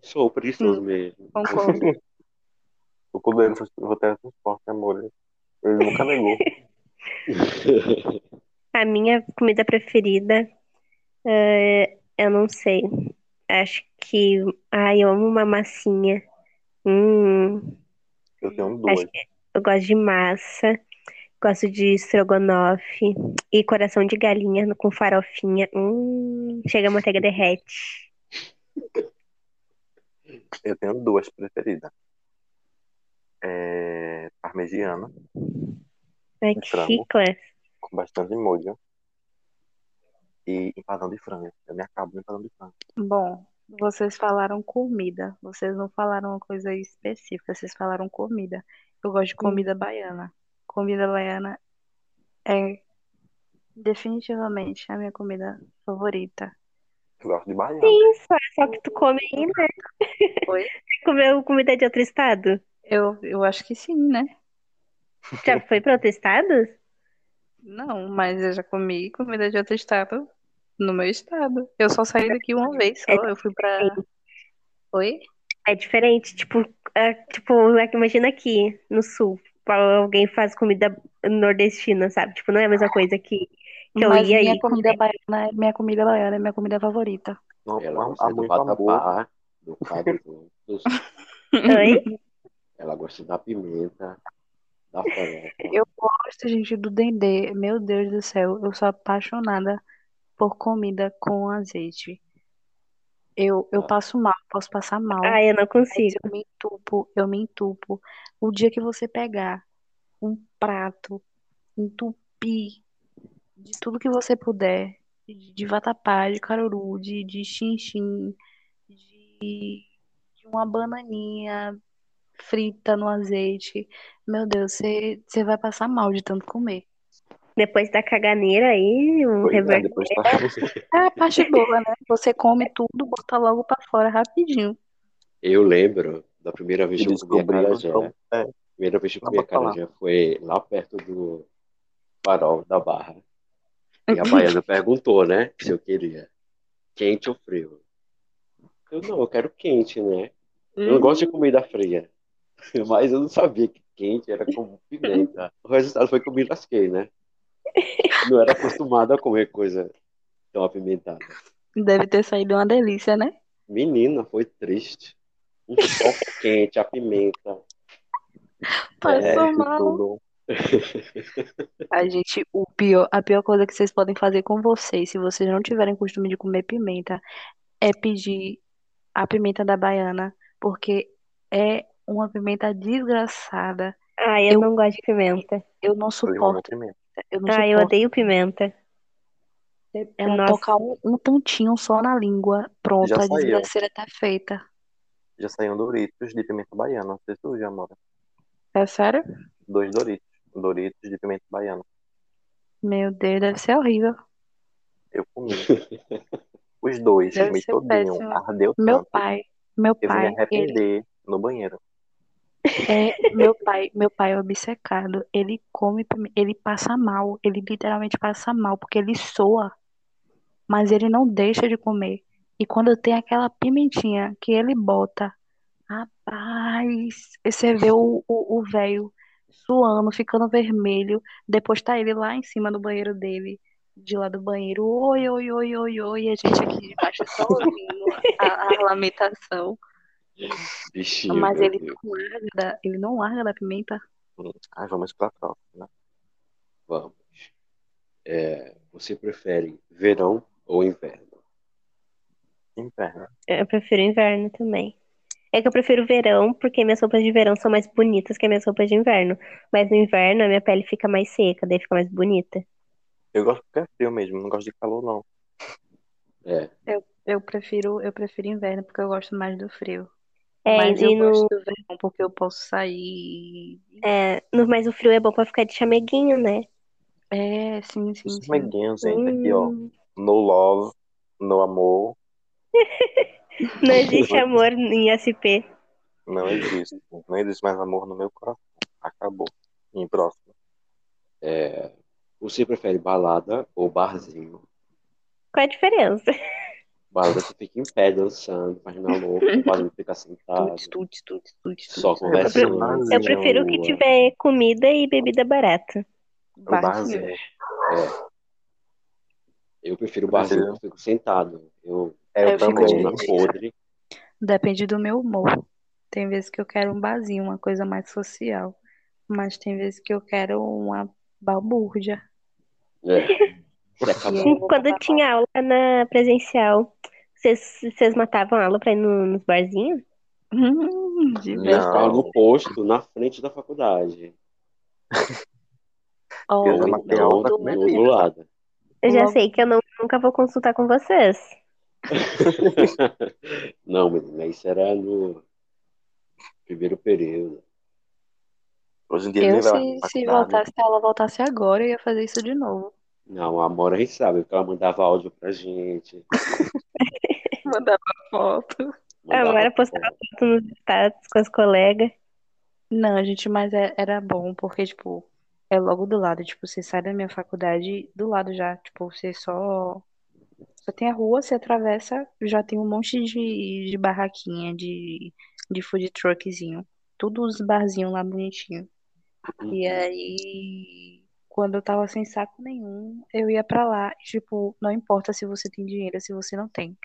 D: Sou
B: Hum.
D: preguiçoso mesmo.
A: Concordo.
C: O poder do teletransporte, amor. Ele nunca negou.
B: A minha comida preferida, é, eu não sei. Acho que. Ai, eu amo uma massinha. Hum,
C: Eu tenho duas.
B: eu gosto de massa. Gosto de estrogonofe e coração de galinha no- com farofinha. Hum, chega a manteiga derrete.
A: é.
C: Eu tenho duas preferidas. É... Parmegiana,
B: Ai, que
C: Frango.
B: chicla.
C: com bastante molho. E empadão de frango. Eu me acabo no empadão de frango.
A: Bom, vocês falaram comida. Vocês não falaram uma coisa específica. Vocês falaram comida. Eu gosto de comida baiana. Comida baiana é definitivamente a minha comida favorita.
C: Eu gosto de baiana.
B: Sim, só, só que tu come aí, né?
A: Oi?
B: Comeu comida de outro estado?
A: Eu, eu acho que sim, né?
B: Já foi pra outro estado?
A: Não, mas eu já comi comida de outro estado no meu estado. Eu só saí daqui uma vez só. É Eu fui pra. Oi?
B: É diferente, tipo, é, tipo, é que imagina aqui no sul, alguém faz comida nordestina, sabe? Tipo, não é a mesma coisa que, que eu
A: Mas
B: ia
A: minha
B: aí.
A: comida baiana é minha comida baiana, é minha comida favorita.
C: Não,
D: Ela
C: há-
D: gosta
C: há
D: do
C: muito
A: É
C: amor.
D: vatapá, do cardo,
B: Oi?
D: ela gosta da pimenta, da farofa.
A: Eu gosto, gente, do dendê. Meu Deus do céu, eu sou apaixonada por comida com azeite. Eu, eu passo mal, posso passar mal.
B: Ai, eu não
A: Mas
B: consigo.
A: eu me entupo, eu me entupo. O dia que você pegar um prato, entupir de tudo que você puder, de, de vatapá, de caruru, de, de chinchim, de, de uma bananinha frita no azeite, meu Deus, você você vai passar mal de tanto comer.
B: Depois da caganeira aí, um
C: Pois é,
B: rever...
C: depois tá.
A: É a parte boa, né? Você come tudo, bota logo pra fora rapidinho.
D: Eu lembro da primeira vez
C: E
D: que eu comi
C: descobrimos
D: acarajé.
C: como. É,
D: primeira vez que eu
C: Não,
D: comi
C: pode falar.
D: acarajé foi lá perto do farol da barra. E a baiana perguntou, né, se eu queria quente ou frio. Eu não, eu quero quente, né? Eu não
A: Hum.
D: gosto de comida fria. Mas eu não sabia que quente era com pimenta. O resultado foi que eu me lasquei, né? Não era acostumado a comer coisa tão apimentada.
A: Deve ter saído uma delícia, né?
D: Menina, foi triste. Um sol quente, a pimenta.
A: Passou
C: É,
A: mal.
C: tudo.
A: A gente, o pior, a pior coisa que vocês podem fazer com vocês, se vocês não tiverem costume de comer pimenta, é pedir a pimenta da baiana, porque é uma pimenta desgraçada.
B: Ai, Ah, eu,
A: Eu-
B: não gosto de pimenta.
A: Eu não
C: Eu amo
A: suporto.
C: pimenta.
A: Ah, Eu não
B: Ai, eu
A: suporto.
B: odeio pimenta.
A: Ela
B: Nossa.
A: toca um, um pontinho só na língua. Pronto,
C: Já
A: a
C: saiu.
A: desgraceira tá feita.
C: Já saiu um Doritos de pimenta baiana. Não sei se tu já mora.
A: É sério?
C: Dois Doritos. Doritos de pimenta baiana.
A: Meu Deus, deve ser horrível.
C: Eu comi. Os dois,
A: Deve
C: comi
A: ser
C: todinho.
A: péssimo.
C: Ardeu
A: Meu
C: tanto.
A: pai, meu
C: Eu vim me
A: pai, ele
C: arrepender no banheiro.
A: É, meu pai, meu pai é obcecado. Ele come, pime- ele passa mal, ele literalmente passa mal, porque ele soa, mas ele não deixa de comer. E quando tem aquela pimentinha que ele bota, rapaz, e você vê o o- o velho suando, ficando vermelho. Depois tá ele lá em cima do banheiro dele, de lá do banheiro, oi, oi, oi, oi, oi, e a gente aqui de baixo só ouvindo a, a lamentação.
D: Bichinho,
A: Mas
D: meu
A: ele
D: Deus.
A: não larga, da- ele não larga da pimenta.
C: Aí vamos Ah, pra né? próxima.
D: Vamos. É, você prefere verão ou inverno?
C: Inferno.
B: Eu prefiro inverno também. É que eu prefiro verão, porque minhas roupas de verão são mais bonitas que as minhas roupas de inverno. Mas no inverno a minha pele fica mais seca, daí fica mais bonita.
C: Eu gosto porque é frio mesmo. Não gosto de calor, não.
D: É,
A: Eu prefiro, eu prefiro inverno porque eu gosto mais do frio.
B: É,
A: Mas
B: e
A: eu
B: no,
A: gosto do verão porque eu posso sair.
B: é, no, mas o frio é bom pra ficar de chameguinho, né?
A: É, sim, sim,
C: Esses
A: sim.
C: meguinhos, gente. Aqui, ó.
B: Hum,
C: No love, no amor.
B: não existe amor em SP.
C: Não existe. Não existe mais amor no meu coração. Acabou. Em próximo.
D: é, você prefere balada ou barzinho?
B: Qual é a diferença?
D: Balada você fica em pé dançando, fazendo a louca, barzinho fica
A: Tuts,
D: sentado,
A: tuts, tuts, tuts,
D: né? só
A: tuts.
D: conversando.
C: barzinho.
B: Eu prefiro que
D: sua.
B: tiver comida e bebida barata.
C: O
A: Barzinho.
C: barzinho.
D: Eu prefiro
C: Eu
D: barzinho
C: prefiro-
D: porque eu fico sentado. Eu
C: É,
A: Eu
C: eu
A: fico
D: fico
C: também.
D: na
A: de-
D: podre.
A: Depende do meu humor. Tem vezes que eu quero um barzinho, uma coisa mais social. Mas tem vezes que eu quero uma balbúrdia.
D: É. Se
A: E
D: acabou.
A: aí eu vou
B: Quando
A: pra
B: eu tinha aula na presencial, vocês, vocês matavam aula pra ir no- nos barzinhos?
A: Hum, de
D: Eu
A: vez.
D: ficava
C: Não.
D: no posto, na frente da faculdade.
C: Eu
A: Ó,
C: já
D: Ou
C: matei
D: do
C: aula pra
A: todo
D: outro,
C: comer
D: do
A: mundo.
D: outro lado.
B: Eu já
A: Logo-
B: sei que eu não- nunca vou consultar com vocês.
D: Não, menina, isso era no primeiro período.
C: Hoje em dia é né?
A: Eu,
C: ninguém vai
A: se,
C: mais pra
A: se voltasse,
C: faculdade.
A: se ela voltasse agora, eu ia fazer isso de novo.
D: Não, a Amora a gente sabe, porque ela mandava áudio pra gente.
A: Mandava foto.
D: mandava
B: Agora postava
D: foto.
B: foto nos status tá com as colegas.
A: Não, gente, mas é- era bom, porque, tipo, é logo do lado. Tipo, você sai da minha faculdade do lado já. Tipo, você só. Só tem a rua, você atravessa, já tem um monte de, de barraquinha, de, de food truckzinho. Todos os barzinhos lá bonitinho. E
D: Uhum.
A: aí, quando eu tava sem saco nenhum, eu ia pra lá. e, Tipo, não importa se você tem dinheiro, se você não tem.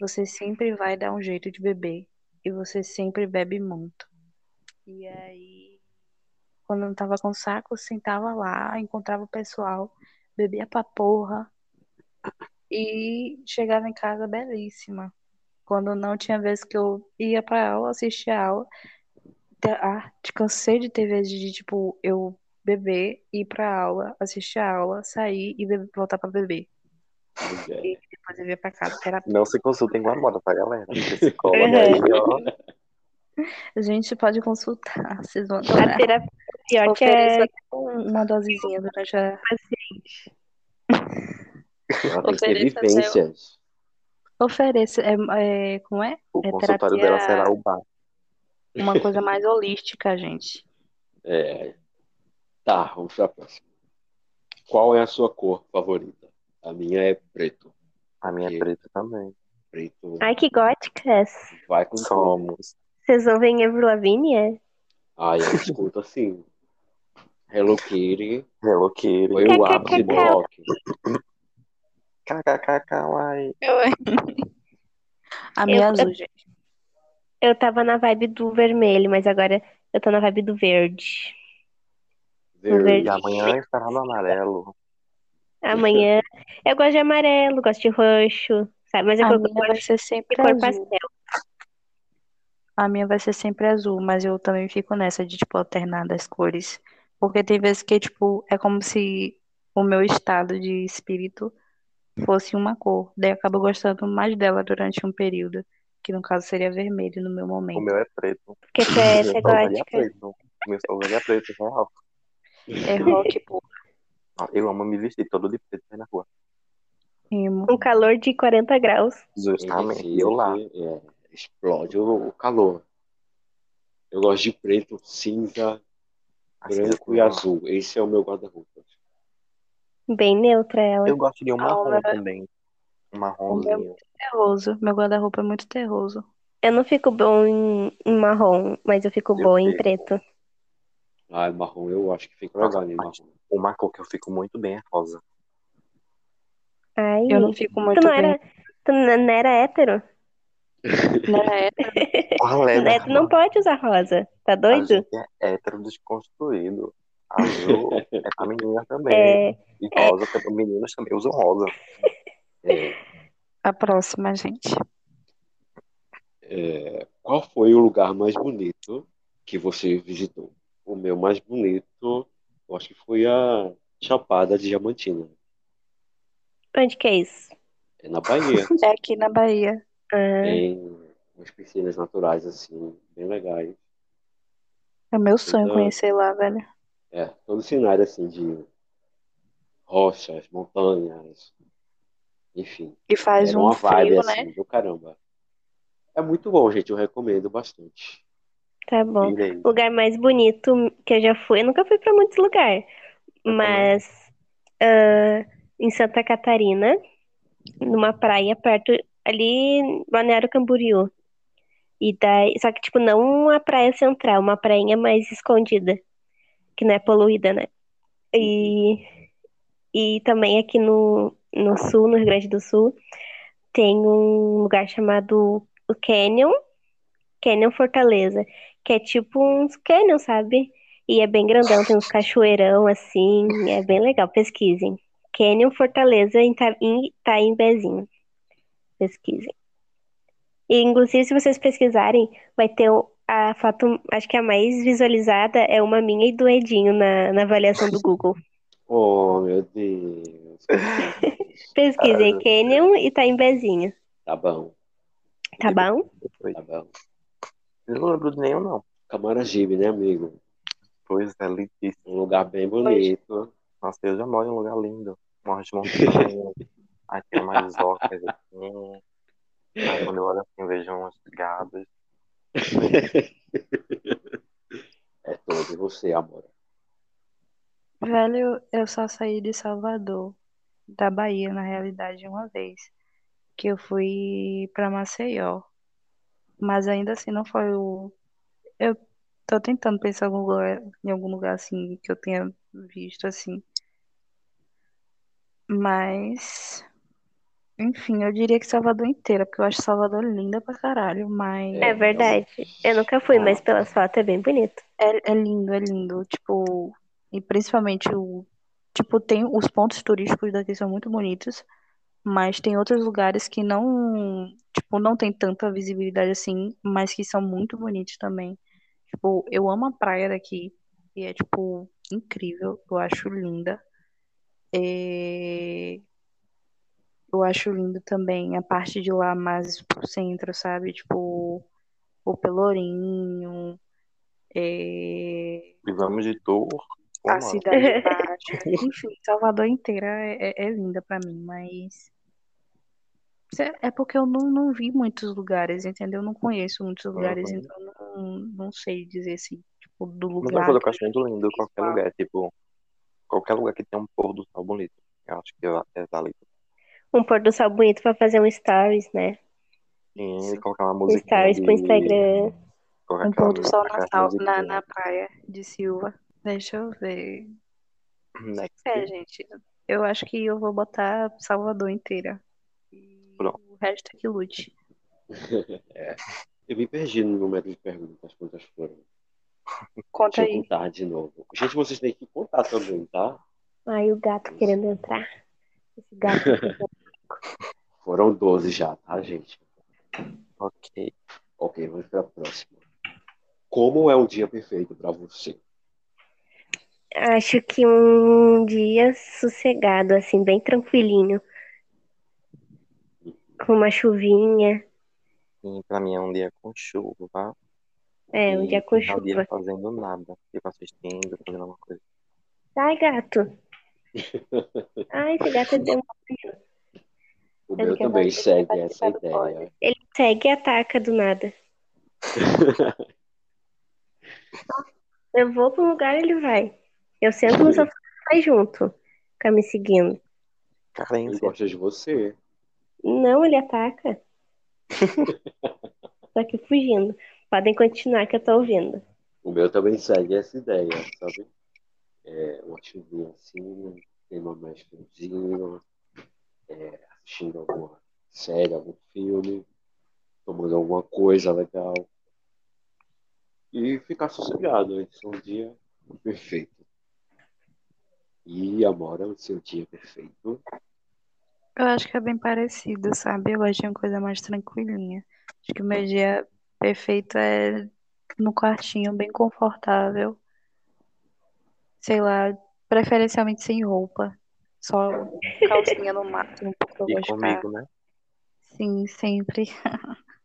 A: Você sempre vai dar um jeito de beber. E você sempre bebe muito. E aí, quando eu não tava com saco, eu sentava lá, encontrava o pessoal, bebia pra porra. E chegava em casa belíssima. Quando não tinha vez que eu ia pra aula, assistia a aula. Te- Ah, te cansei de ter vezes de, tipo, eu beber, ir pra aula, assistir a aula, sair e be- voltar pra beber.
D: É.
A: E depois eu ia pra casa. Era...
C: Não se consultem com a Amora, tá, galera? Psicóloga
A: É.
C: aí, ó.
A: A gente pode consultar, vocês vão
B: A
A: adorar.
B: terapia pior que
A: É. Ofereço
B: é
A: até um- uma dosezinha durante a...
D: Ela tem que ter
A: Ofereço até...
D: vivências.
A: Ofereço, é, é, como é?
C: O
A: É
C: consultório dela será
A: terapia,
C: o bar.
A: uma coisa mais holística, gente.
D: É. Tá, vamos pra próxima. Qual é a sua cor favorita? A minha é preto.
C: A minha é
D: Eu.
C: preta também.
D: Preto
B: Ai, que góticas.
D: vai com tudo.
C: Somos.
B: Vocês ouvem Ever Lavigne?
D: Ai, eu escuto assim. Hello Kitty
C: Hello Kitty.
D: foi o ápice do rock.
C: KKKKY.
A: A minha
B: Eu-
A: azul, gente.
B: Eu tava na vibe do vermelho, mas agora eu tô na vibe do verde.
D: Verde.
C: E amanhã é estará no amarelo.
B: Amanhã eu gosto de amarelo, gosto de roxo, sabe? Mas é que
A: A
B: eu
A: minha vai
B: gosto
A: ser
B: de
A: sempre
B: cor
A: azul.
B: pastel.
A: A minha vai ser sempre azul, mas eu também fico nessa de, tipo, alternar das cores. Porque tem vezes que, tipo, é como se o meu estado de espírito fosse uma cor. Daí eu acabo gostando mais dela durante um período, que no caso seria vermelho no meu
C: O
A: momento.
C: meu é preto.
B: Porque tu é, tu é
C: Meu só usaria
B: gótica.
C: preto. Meu só usaria preto, real.
A: É rock, pô,
C: Eu amo me vestir todo de preto aí na rua.
A: emo.
B: Um calor de 40 graus.
C: Justamente. E eu lá.
D: Recife, é, explode o, o calor. Eu gosto de preto, cinza,
C: Assim,
D: branco
C: eu-
D: e azul. Esse é o meu guarda-roupa.
B: Bem neutra ela.
C: Eu gosto de um
A: Ah, o
C: marrom
A: meu-
C: também. Um marronzinho.
A: Terroso. Meu guarda-roupa é muito terroso.
B: Eu não fico bom em, em marrom, mas eu fico
C: Eu
B: boa em
C: sei.
B: preto.
D: Ah, marrom, eu acho que fica
C: Nossa,
D: legal em
C: mas-
D: marrom.
C: Uma cor que eu fico muito bem é rosa.
B: Ai,
A: Eu não fico muito
B: tu não
A: bem.
B: era, tu n- não era hétero?
A: Não era hétero?
C: Qual é,
B: É, tu não pode usar rosa, tá
C: A
B: doido?
C: gente é hétero desconstruído. Azul é pra menina também.
B: É,
C: E rosa é pra meninos também. Eu uso rosa.
D: É,
A: A próxima, gente.
D: é, qual foi o lugar mais bonito que você visitou? O meu mais bonito, eu acho que foi a Chapada Diamantina,
B: onde que é isso?
D: é na Bahia.
A: É aqui na Bahia.
B: Ah,
D: Tem umas piscinas naturais assim, bem legais.
A: É meu sonho
D: Então-
A: conhecer lá, velho.
D: É, todo cenário assim de rochas, montanhas, enfim.
A: E faz
D: Era
A: um
D: uma vibe
A: frio, né?
D: assim do caramba. É muito bom, gente. Eu recomendo bastante.
B: tá bom.
C: Virei.
B: O lugar mais bonito que eu já fui, eu nunca fui pra muitos lugares,
C: Eu
B: mas ah, em Santa Catarina, numa praia perto ali, Balneário Camboriú. E daí, só que tipo não uma praia central, uma prainha mais escondida, que não é poluída, né? E e também aqui no no sul, no Rio Grande do Sul, tem um lugar chamado o Canyon, Canyon Fortaleza, que é tipo uns canyon, sabe? E é bem grandão, tem uns cachoeirão assim, é bem legal, pesquisem. Canyon Fortaleza em Ita- em Itaimbezinho. Pesquisem. E, inclusive, se vocês pesquisarem, vai ter o- a foto, acho que a mais visualizada é uma minha e do Edinho na, na avaliação do Google.
D: Oh, meu Deus.
B: Pesquisem Canyon e Itaimbezinho,
D: Tá bom,
B: tá bom?
D: tá bom.
C: não lembro de nenhum, não.
D: Camaragibe, né, amigo?
C: Pois é, lindíssimo.
D: Um lugar bem bonito.
C: Nossa, eu já moro em um lugar lindo. Morro de montanha. Aí tem umas ocas assim. Aí quando eu olho assim, eu vejo uns gados.
D: É todo você, amor.
A: Velho, eu só saí de Salvador, da Bahia, na realidade, uma vez, que eu fui pra Maceió, mas ainda assim não foi o. Eu tô tentando pensar em algum lugar, em algum lugar assim que eu tenha visto assim, mas enfim, eu diria que Salvador inteira, porque eu acho Salvador linda pra caralho, mas
B: É verdade. Eu nunca fui, mas pelas fotos é bem bonito.
A: É, é lindo, é lindo. Tipo, e principalmente o. Tipo, tem os pontos turísticos daqui são muito bonitos, mas tem outros lugares que não. Tipo, não tem tanta visibilidade assim, mas que são muito bonitos também. Tipo, eu amo a praia daqui e é, tipo, incrível. Eu acho linda. É, Eu acho lindo também a parte de lá mais pro centro, sabe? Tipo, o Pelourinho. É...
C: E vamos de tour.
A: A
C: Uma hora.
A: Cidade Baixa. Enfim, Salvador inteira é, é- é linda pra mim, mas. Cê- É porque eu não, não vi muitos lugares, entendeu? Eu não conheço muitos lugares,
C: Uhum.
A: então eu não, não sei dizer assim, tipo, do
C: Mas é uma
A: lugar que
C: coisa que eu
A: eu
C: acho muito lindo, qualquer
A: visual.
C: lugar. Tipo, Qualquer lugar que tenha um pôr do sol bonito. Eu acho que é válido.
B: Um pôr do sol bonito pra fazer um stories, né?
C: Sim,
A: Isso.
C: assim, colocar uma musiquinha
B: Stories pro
C: de-
B: Instagram.
C: colocar
A: Um
C: aquela
A: pôr do sol na,
C: aquela
A: sal-
C: musiquinha.
A: na, na praia de Silva. Deixa eu ver.
C: Next.
A: É, gente, eu acho que eu vou botar Salvador inteira. E
C: Pronto.
A: o resto é que lute.
D: Eu me perdi no número de perguntas, quantas foram.
A: Conta
C: Uhum.
D: Deixa eu
A: aí.
D: contar de novo. Gente, vocês têm que contar também, tá?
B: Ai, o gato querendo entrar. Esse gato.
D: Foram 12 já, tá, gente?
C: Ok.
D: Ok, vamos para a próxima. Como é um dia perfeito para você?
B: Acho que um dia sossegado, assim, bem tranquilinho. Com uma chuvinha.
C: E pra mim é um dia com chuva.
B: É, um
C: e
B: dia com
C: final do dia
B: chuva.
C: fazendo nada. Tipo assistindo, fazendo alguma coisa.
B: Ai, gato. Ai, esse gato é demônio.
D: O
B: Ele
D: meu
B: quer
D: também
B: saber,
D: segue
A: participar
D: essa
A: do
D: ideia.
B: Segue e ataca do nada. Eu vou pra um lugar, ele vai. Eu sento no sofá, ele vai junto. Fica me seguindo.
D: Ele
C: Carência.
D: gosta de você.
B: Não, ele ataca. Tô aqui fugindo. Podem continuar que eu tô ouvindo.
D: O meu também segue essa ideia, sabe? É, uma chuvinha assim, tema mais friozinho, é, assistindo alguma série, algum filme, tomando alguma coisa legal. E ficar sossegado. Esse é um dia perfeito. E, Amora, o um seu dia perfeito?
A: Eu acho que é bem parecido, sabe? Eu gosto de uma coisa mais tranquilinha. Acho que o meu dia perfeito é no quartinho, bem confortável. Sei lá, preferencialmente sem roupa. Só calcinha no máximo, porque eu
C: E
A: gosto de ficar
C: comigo, né?
A: Sim, sempre.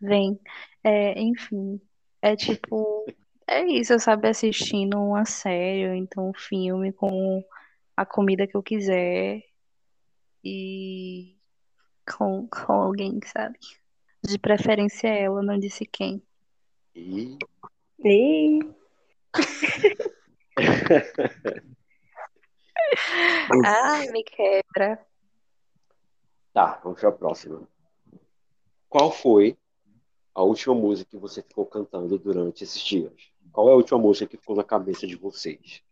A: Vem. É, enfim, é tipo, é isso, sabe? Assistindo uma série, ou então um filme com a comida que eu quiser e com, com alguém, sabe? De preferência é ela, não disse quem.
D: E
B: Ih,
A: Ai, Ah, me quebra.
D: tá, vamos pra próxima. Qual foi a última música que você ficou cantando durante esses dias? Qual é a última música que ficou na cabeça de vocês?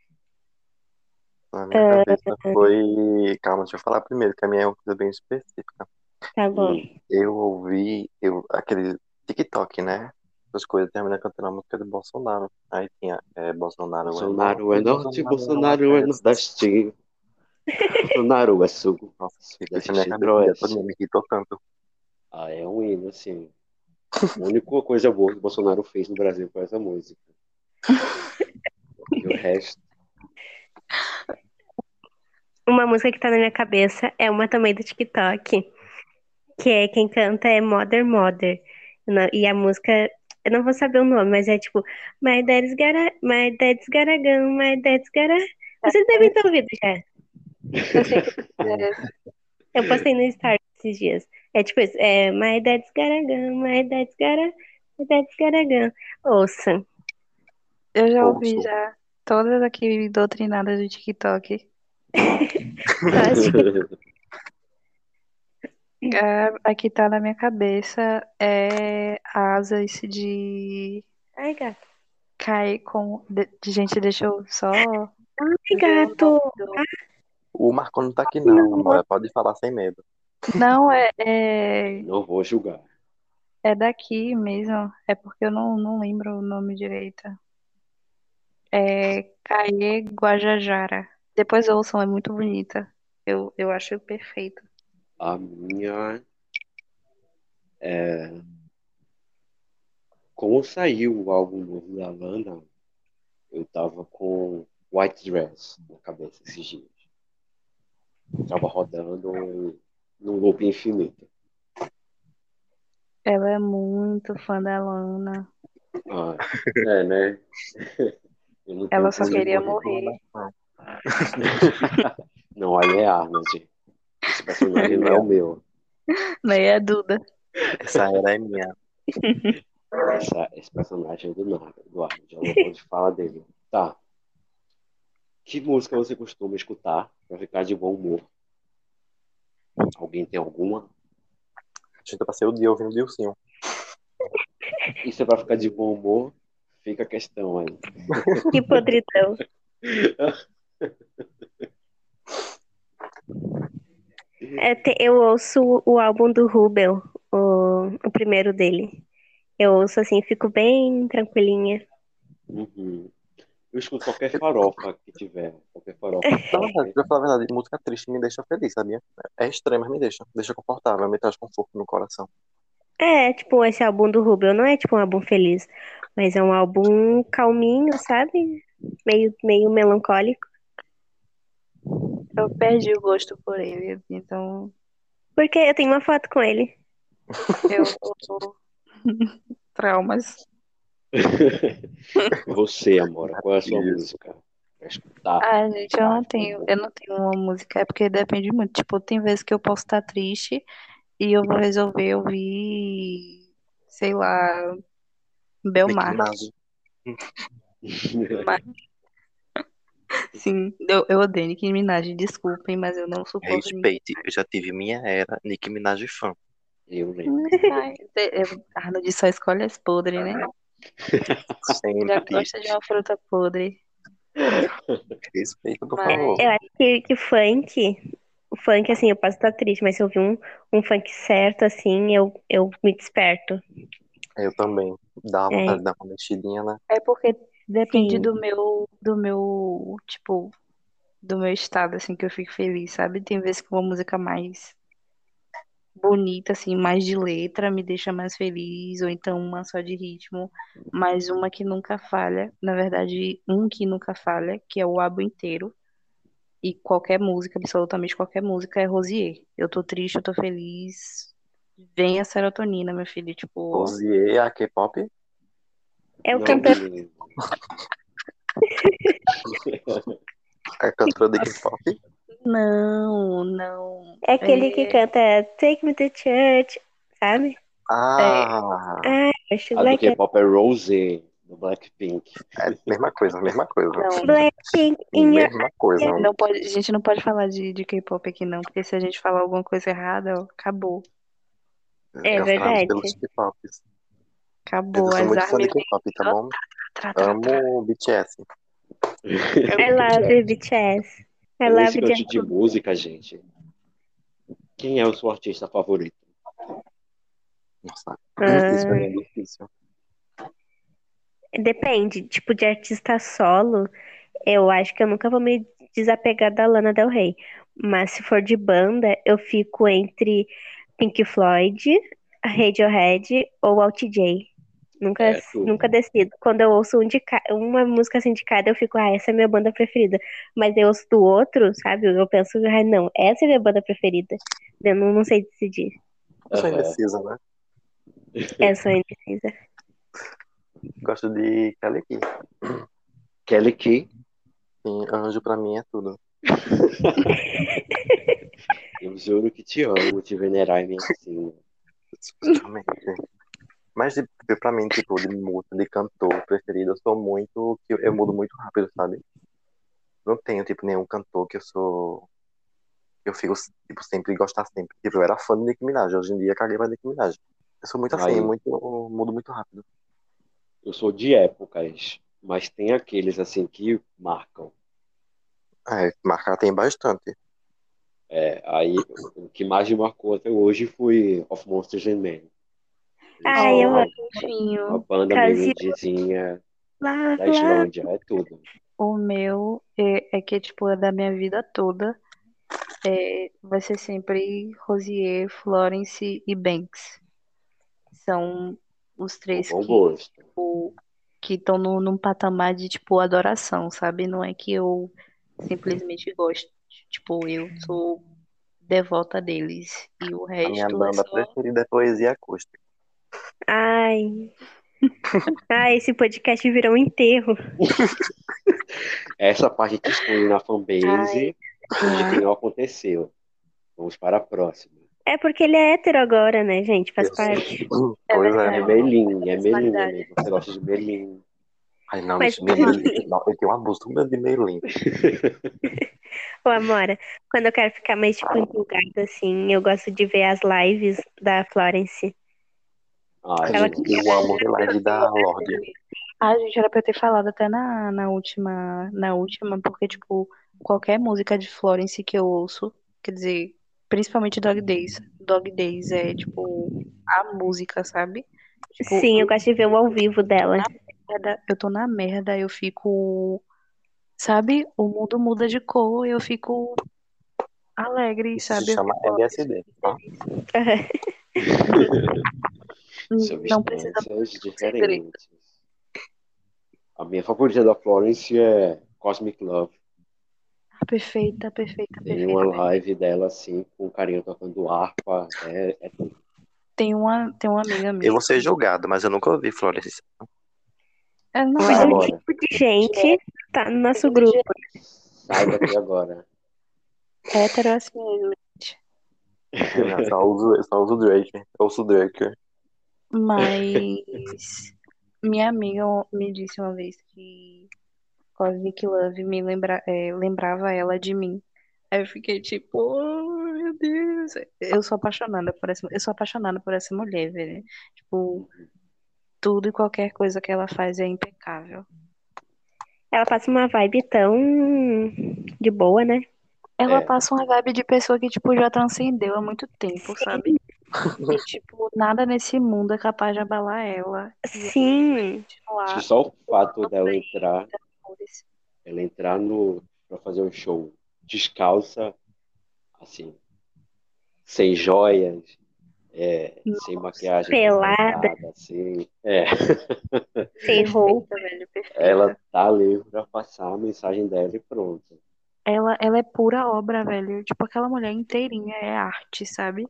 C: Na minha cabeça foi. Calma, deixa eu falar primeiro, que a minha é uma coisa bem específica.
B: tá bom.
D: é
C: Eu ouvi eu, aquele TikTok, né? As coisas terminam cantando a música do Bolsonaro. Aí tinha é, Bolsonaro é
D: Bolsonaro
C: norte,
D: é norte,
C: Bolsonaro
D: Bolsonaro é
C: oeste.
D: nordeste. Bolsonaro é sul,
C: Nossa, fiquei na
D: sudeste,
C: minha cabeça o dia todo,
D: centro-oeste.
C: me irritou tanto.
D: Ah, é um hino, assim. A única coisa boa que o Bolsonaro fez no Brasil foi essa música. Porque o resto.
B: Uma música que tá na minha cabeça é uma também do TikTok, que é quem canta é Mother Mother. Na- E a música, eu não vou saber o nome, mas é tipo My Daddy's Gara, My Daddy's Garagão, My Daddy's Gara. Vocês devem ter ouvido já.
A: Eu sei que
C: Sim.
A: é,
B: Eu postei no Story esses dias. É tipo isso, é My Daddy's Garagão, My Daddy's Gara, My Daddy's Garagão. Ouça.
A: eu já ouvi
C: Ouço.
A: já todas aqui doutrinadas do TikTok.
B: Só acho que
A: A, a que tá na minha cabeça é Asas de
B: Ai, gato.
A: Cai com. de- gente, deixa eu só.
B: Ai, gato.
C: O Marco não tá aqui, não, amor. Pode falar sem medo.
A: Não, é, é,
D: Não vou julgar.
A: é daqui mesmo. É porque eu não, não lembro o nome direito. É Caê Guajajara. Depois ouçam, é muito bonita. Eu, eu acho perfeito.
D: A minha é. Como saiu o álbum novo da Lana, eu tava com White Dress na cabeça esses dias. Tava rodando em- num loop infinito.
A: Ela é muito fã da Lana.
D: Ah, é, né? Eu não tenho
A: Ela só
D: como
A: queria
C: Não,
A: morrer.
C: não.
D: Não, aí é Arnold. Esse personagem não é o meu.
A: Né, a Duda.
C: Essa era é minha.
D: Essa, esse personagem é do nada, do Arnold. Eu não vou te falar dele. Tá. Que música você costuma escutar pra ficar de bom humor? Alguém tem alguma?
C: gente, eu passei o dia ouvindo Dilcinho.
D: Isso é pra ficar de bom humor? Fica a questão aí.
B: Que podridão. É, te- Eu ouço o álbum do Rubel, o, o primeiro dele. Eu ouço assim, fico bem tranquilinha.
D: Uhum. Eu escuto qualquer farofa que tiver. Qualquer farofa.
C: Na verdade, pra falar a verdade, música triste me deixa feliz, sabia? É estranho, mas me deixa. Deixa confortável, me traz conforto no coração.
B: É, tipo, esse álbum do Rubel não é tipo um álbum feliz, mas é um álbum calminho, sabe? Meio, meio melancólico.
A: Eu perdi o gosto por ele, então
B: Porque eu tenho uma foto com ele.
A: eu tô... Traumas.
D: Você, Amora, qual é a sua
C: Isso.
D: música? Pra escutar.
A: Ah, gente, eu não tenho, eu não tenho uma música, é porque depende muito. Tipo, tem vezes que eu posso estar triste e eu vou resolver ouvir, sei lá, Belmar.
C: Mickey Mouse.
B: Ah,
A: Mas- Sim, eu, eu odeio Nicki Minaj, desculpem, mas eu não suporto Nicki
C: Respeite, É eu já tive minha era Nicki Minaj fã.
D: Eu lembro.
A: Minaj. Eu- Arnold só escolhe as podres, né? Já
C: Sempre.
A: gosta de uma fruta podre.
C: Respeito, é por
A: Mas-
C: favor.
B: Eu acho que, que funk, o funk, assim, eu posso estar triste, mas se eu ouvir um, um funk certo, assim, eu, eu me desperto.
C: Eu também. Dá
B: É.
C: vontade de dar uma mexidinha, né?
A: É porque depende
B: Sim.
A: do meu, do meu, tipo, do meu estado, assim, que eu fico feliz, sabe? Tem vezes que uma música mais bonita, assim, mais de letra, me deixa mais feliz, ou então uma só de ritmo, mas uma que nunca falha, na verdade, um que nunca falha, que é o álbum inteiro, e qualquer música, absolutamente qualquer música, é Rosier. Eu tô triste, eu tô feliz, vem a serotonina, meu filho, tipo...
C: Rosier, a K-pop.
B: É o
D: Não
B: cantor
D: me lembro.
C: A cantora de
A: É.
C: K-pop.
A: Não, não.
B: é aquele que canta Take Me to Church, sabe?
C: Ah,
B: Ah, eu acho
D: A do
B: Black,
D: K-pop é Rose, do Blackpink.
C: é mesma coisa, mesma coisa.
A: Não,
B: Blackpink in your...
C: Mesma coisa.
A: não pode, a gente não pode falar de, de K-pop aqui, não, porque se a gente falar alguma coisa errada, ó, acabou.
B: É
C: Eu
B: verdade.
C: falo pelos K-pops.
A: Acabou.
C: Eu sou
A: As
C: muito fã de
A: armas.
C: K-pop, tá bom?
A: Tra, tra, tra.
C: Amo o BTS.
B: I love BTS. I
D: Nesse
B: love
D: gancho de
B: Jungkook.
D: música, gente, quem é o seu artista favorito?
C: Nossa, isso pra
B: Ah,
C: mim é difícil.
B: depende, tipo, de artista solo, eu acho que eu nunca vou me desapegar da Lana Del Rey. Mas se for de banda, eu fico entre Pink Floyd, Radiohead ou Alt-J. Nunca,
D: Certo.
B: nunca decido. Quando eu ouço um de ca- uma música assim de cada, eu fico, ah, essa é minha banda preferida. Mas eu ouço do outro, sabe? Eu penso, ah, não, essa é minha banda preferida. Eu não, não sei decidir.
C: Eu sou
D: Aham.
C: indecisa, né?
B: Eu sou indecisa.
C: Gosto de Kelly Key.
D: Kelly Key.
C: Sim, anjo pra mim é tudo.
D: Eu juro que te amo, te venerar em minha sina.
C: Justamente. Mas de, pra mim, tipo, de música, de cantor preferido, eu sou muito. que Eu, eu mudo muito rápido, sabe? Não tenho, tipo, nenhum cantor que eu sou. que Eu fico, tipo, sempre gostar sempre. Tipo, eu era fã de Nicki Minaj, hoje em dia caguei pra Nicki Minaj. Eu sou muito assim,
D: Aí.
C: muito, eu mudo muito rápido.
D: Eu sou de épocas, mas tem aqueles assim que marcam.
C: É, marcar tem bastante.
D: É, aí o que mais me marcou até hoje foi Of Monsters and Men.
B: Ai, eu
D: Uma-
B: amo.
D: Uma
A: Fofinho.
D: banda
B: Casio.
D: meio indizinha
B: Lá,
D: da
B: lá.
D: Islândia, é tudo.
A: O meu é, é que, tipo, é da minha vida toda. É, vai ser sempre Rosier, Florence e Banks. São os
D: Um
A: três
D: bom
A: que,
D: gosto.
A: tipo, que estão num, num patamar de, tipo, adoração, sabe? Não é que eu simplesmente gosto. Tipo, eu sou devota deles. E o
C: A minha
A: resto é
C: banda
A: só.
C: preferida é Poesia Acústica.
B: Ai. Ai, esse podcast virou um enterro.
D: Essa parte que exclui na fanbase,
A: Ai.
D: hoje não aconteceu. Vamos para a próxima.
B: É porque ele é hétero agora, né, gente? Faz
C: Eu sei.
B: parte.
C: Pois
A: É
C: é.
D: É Melin, é
A: Personalidade.
D: Melin, amigo. Você gosta de Melin.
C: Ai, não,
B: Mas-
C: isso, minha mãe, não, eu tenho um abuso tão grande de Merlin.
B: Ô, Amora, quando eu quero ficar mais, tipo, empolgada, assim, eu gosto de ver as lives da Florence.
D: Ai,
B: Ela
D: Ah, gente,
C: Eu amo ver live da Lorde.
A: Ah, gente, era pra eu ter falado até na, na última, na última, porque, tipo, qualquer música de Florence que eu ouço, quer dizer, principalmente Dog Days. Dog Days é, tipo, a música, sabe? Tipo,
B: Sim, eu gosto de ver o ao vivo dela.
A: merda, eu tô na merda, eu fico. Sabe? O mundo muda de cor, eu fico alegre,
C: Isso
A: sabe?
C: se
A: Eu
C: chama
A: fico-
C: LSD, tá?
A: Hum, Não
C: é
A: precisa
D: substâncias diferentes. A minha favorita da Florence é Cosmic Love.
A: Ah, Perfeita, perfeita,
D: Tem
A: perfeita.
D: uma
A: perfeita.
D: live dela assim, com o carinha tocando harpa. É, é tudo.
A: Tem uma, tem uma amiga minha.
C: Eu vou ser julgado, mas eu nunca ouvi Florence.
A: É, não,
B: Mas
D: Vai,
B: o
D: Amora.
B: tipo de gente tá no nosso grupo.
D: Sai daqui agora.
A: hétero é assim mesmo.
C: Eu só uso, eu só uso Drake. né? Eu ouço Drake.
A: Mas minha amiga me disse uma vez que Cosmic Love me lembra, é, lembrava ela de mim. Aí eu fiquei tipo, oh, meu Deus. Eu sou apaixonada por essa, eu sou apaixonada por essa mulher, velho. Tipo, tudo e qualquer coisa que ela faz é impecável.
B: Ela passa uma vibe tão de boa, né?
A: Ela
D: É.
A: passa uma vibe de pessoa que, tipo, já transcendeu há muito tempo, sabe? E, tipo, nada nesse mundo é capaz de abalar ela.
B: Sim.
D: Acho que
A: Continuar.
D: só o fato dela entrar, ela entrar no para fazer um show descalça, assim, sem joias, é, sem maquiagem,
B: pelada.
D: nada, assim. É,
B: Sem roupa.
A: Perfeita, velho, perfeita.
C: É.
D: ela tá ali pra passar a mensagem dela e pronto.
A: Ela, ela é pura obra, velho. Tipo, aquela mulher inteirinha é arte, sabe?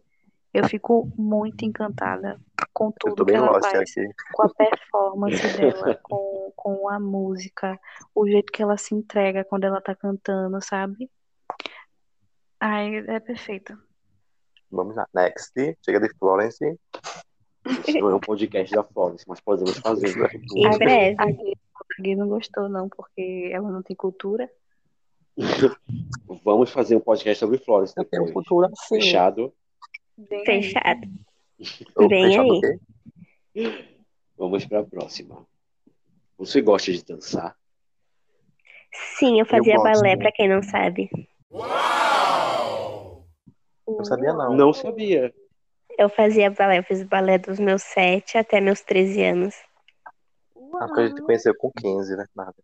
A: Eu fico muito encantada com
C: Eu tô
A: tudo que
C: bem
A: ela
C: lost
A: faz,
C: aqui.
A: com a performance dela, com, com a música, o jeito que ela se entrega quando ela tá cantando, sabe? Ai, é perfeita.
C: Vamos lá. Next. Chega de Florence.
D: Isso não é um podcast da Florence, mas podemos fazer né? no futuro.
B: Em breve.
A: A Gui, a Gui não gostou, não, porque ela não tem cultura.
D: Vamos fazer um podcast sobre Florence
C: Eu tenho um
D: depois.
C: futuro assim.
D: Fechado.
A: Bem,
B: Fechado.
C: Ou
B: Bem
C: fechado
B: aí.
C: o quê?
D: Vamos pra próxima. Você gosta de dançar?
B: Sim, eu fazia
C: gosto.
B: balé, pra quem não sabe.
C: Eu sabia não.
D: Não sabia.
B: Eu fazia balé, eu fiz balé dos meus 7 até meus 13 anos.
C: Ah, porque a gente conheceu com 15, né? Nada.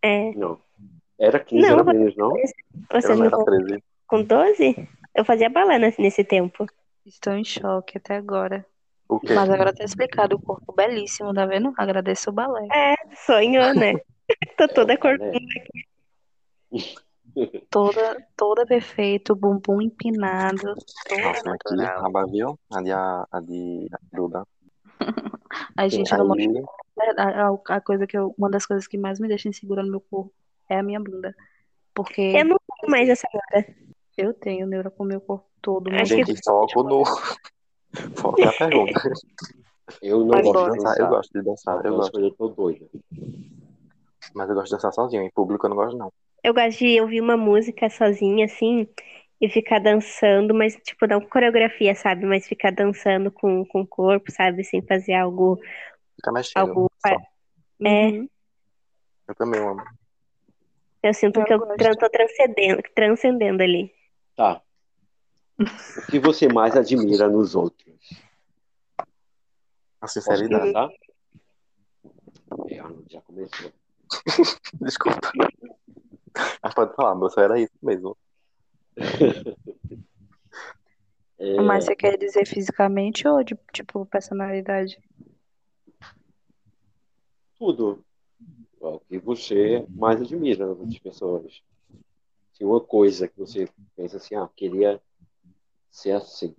B: É.
D: Não. Era 15
B: Não,
D: era menos, não?
C: Eu
B: Vocês
C: não
B: me
C: era
B: conhecem
C: 13.
B: com 12? Eu fazia balé nesse, nesse tempo.
A: Estou em choque até agora.
C: O quê?
A: Mas agora tá explicado, o corpo belíssimo, tá vendo? Agradeço o balé.
B: É, sonhou, né? Tô toda corcunda.
A: Toda, toda perfeito, bumbum empinado, toda
C: Nossa, é aqui
A: natural.
C: acaba, viu? A de, a, a de a Duda.
A: A gente não mostra.
C: Aí,
A: A, a- a coisa que eu, uma das coisas que mais me deixa insegura no meu corpo é a minha bunda. Porque
B: Eu não tenho mais essa hora.
A: eu tenho neura com o meu corpo todo.
B: Acho
A: meu
B: É que-
C: gente, foco no. Foco na pergunta.
D: É. Eu não
A: Mas
D: gosto
A: bora.
D: de
C: Dançar, eu
D: dançar.
C: gosto de dançar, eu
D: Eu
C: gosto.
D: quando eu tô doida.
C: Mas eu gosto de dançar sozinho. Em público eu não gosto, não.
B: Eu gosto de ouvir uma música sozinha, assim, e ficar dançando, mas, tipo, não coreografia, sabe? Mas ficar dançando com, com o corpo, sabe? Sem fazer algo.
C: Fica mexendo.
B: algo...
C: Só.
B: É.
A: Uhum.
C: Eu também amo.
B: Eu sinto
A: Eu
B: que eu
A: gosto.
B: tran- tô transcendendo, transcendendo ali.
D: Tá. O que você mais admira nos outros?
C: A
D: Posso
C: sinceridade.
D: começar? É, Arnold já começou.
C: Desculpa. Mas pode falar, meu só era isso mesmo.
D: É,
A: Mas você quer dizer fisicamente ou de, tipo personalidade?
D: tudo. é O que você mais admira nas outras pessoas? Se uma coisa que você pensa assim, ah, queria ser assim.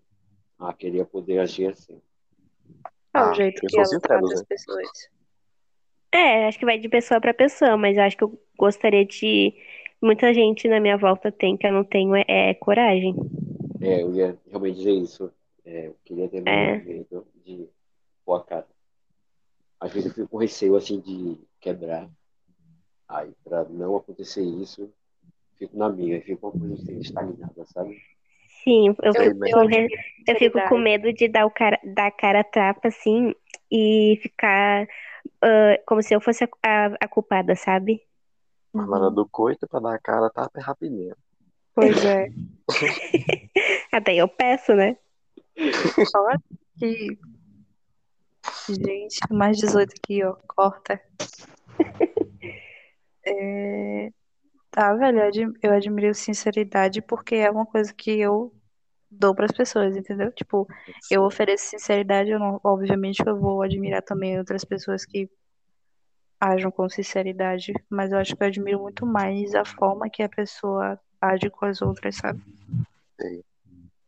D: Ah, queria poder agir assim.
A: É o
C: Ah,
A: jeito
C: eu
A: que
C: sou
A: ela
C: sincero,
A: trata as
C: gente.
A: pessoas.
B: É, acho que vai de pessoa pra pessoa, mas eu acho que eu gostaria de. Muita gente na minha volta tem que eu não tenho é, é coragem.
D: É, eu ia realmente dizer isso. É, eu queria ter
B: É.
D: menos medo de pôr a cara. Às vezes eu fico com receio, assim, de quebrar. Aí, pra não acontecer isso, fico na minha, e fico uma coisa assim, estagnada, sabe?
B: Sim, eu,
D: Sei,
B: eu,
D: mas-
B: eu re- eu fico
A: Verdade.
B: com medo de dar o cara, dar a cara a tapa, assim, e ficar ah, como se eu fosse a, a- a culpada, sabe?
A: Uhum.
C: Mas na hora do coito, pra dar a cara, tá é rapidinho.
A: Pois é.
B: Até eu peço, né?
A: Olha que. Gente, mais 18 aqui, ó. Corta. É... Tá, velho, eu admi- eu admiro sinceridade porque é uma coisa que eu dou pras pessoas, entendeu? Tipo, eu ofereço sinceridade, eu não- obviamente eu vou admirar também outras pessoas que ajam com sinceridade, mas eu acho que eu admiro muito mais a forma que a pessoa age com as outras, sabe?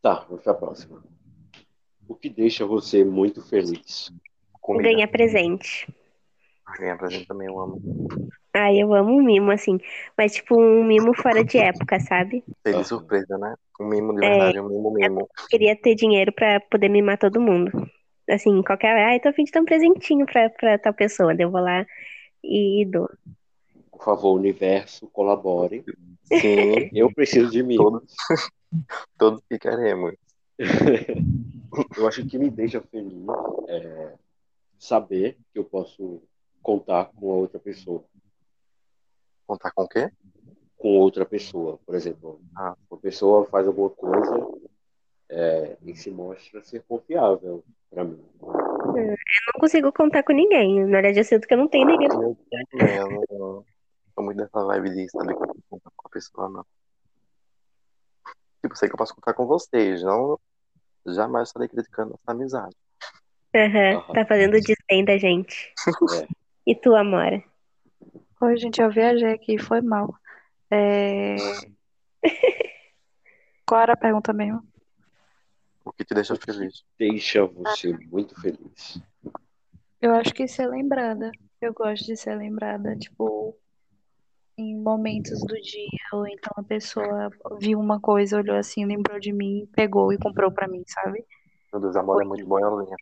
D: Tá, vamos pra próxima. O que deixa você muito feliz?
C: Comida.
B: Ganhar presente.
C: Ganhar presente também eu amo.
B: Ai, eu amo um mimo, assim. Mas, tipo, um mimo fora de época, sabe?
C: Ser
D: Aham.
C: de surpresa, né? Um mimo de
B: É.
C: verdade, um mimo mimo.
B: Queria ter dinheiro pra poder mimar todo mundo. Assim, qualquer. Ai, tô a fim de dar um presentinho pra, pra tal pessoa. Daí eu vou lá e dou.
D: Por favor, universo, colabore.
C: Sim,
D: Eu preciso de mim.
C: Todos. todos que queremos.
D: Eu acho que me deixa feliz é, saber que eu posso contar com a outra pessoa.
C: Contar com o quê?
D: Com outra pessoa, por exemplo.
C: Ah.
D: Uma pessoa faz alguma coisa é, e se mostra ser confiável pra mim.
B: Não consigo contar com ninguém. Na verdade, eu sinto que eu não tenho ninguém.
C: Eu também, É, eu não- eu não sou muito dessa vibe de saber como contar com a pessoa, não. Tipo, sei que eu posso contar com vocês, não jamais estarei criticando essa amizade.
B: Aham,
D: Aham.
B: Tá fazendo desdém da gente.
D: É.
B: E tu, Amora?
A: Oi, gente, eu viajei aqui, foi mal. É... Qual era a pergunta mesmo?
C: O que te deixa feliz?
D: Deixa você muito feliz.
A: Eu acho que ser lembrada. Eu gosto de ser lembrada, tipo, em momentos do dia, ou então a pessoa viu uma coisa, olhou assim, lembrou de mim, pegou e comprou pra mim, sabe?
C: Meu Deus, a moda é muito boiolinha.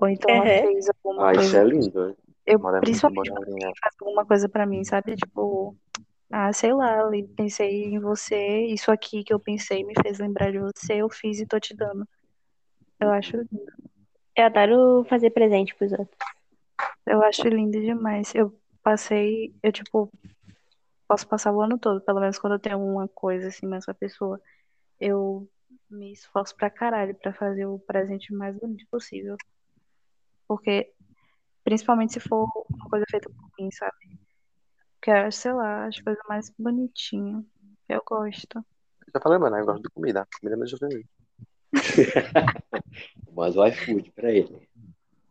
A: Ou então ela
B: Uhum.
A: fez alguma
D: Ah, isso
A: coisa.
D: é lindo, né?
A: Eu,
C: A moda é muito
A: principalmente quando
C: boiolinha.
A: faz alguma coisa pra mim, sabe? Tipo, ah, sei lá, eu pensei em você, isso aqui que eu pensei me fez lembrar de você, eu fiz e tô te dando. Eu acho
B: Eu adoro fazer presente pros outros.
A: Eu acho lindo demais. Eu passei, eu tipo, posso passar o ano todo, pelo menos quando eu tenho uma coisa assim, mais uma pessoa. Eu me esforço pra caralho pra fazer o presente mais bonito possível. Porque, principalmente se for uma coisa feita por mim, sabe? Que eu acho, sei lá, as coisas mais bonitinhas. Eu gosto.
C: Já falei, mano, eu gosto de comida. Comida é me deixa feliz.
D: Mas o iFood pra ele.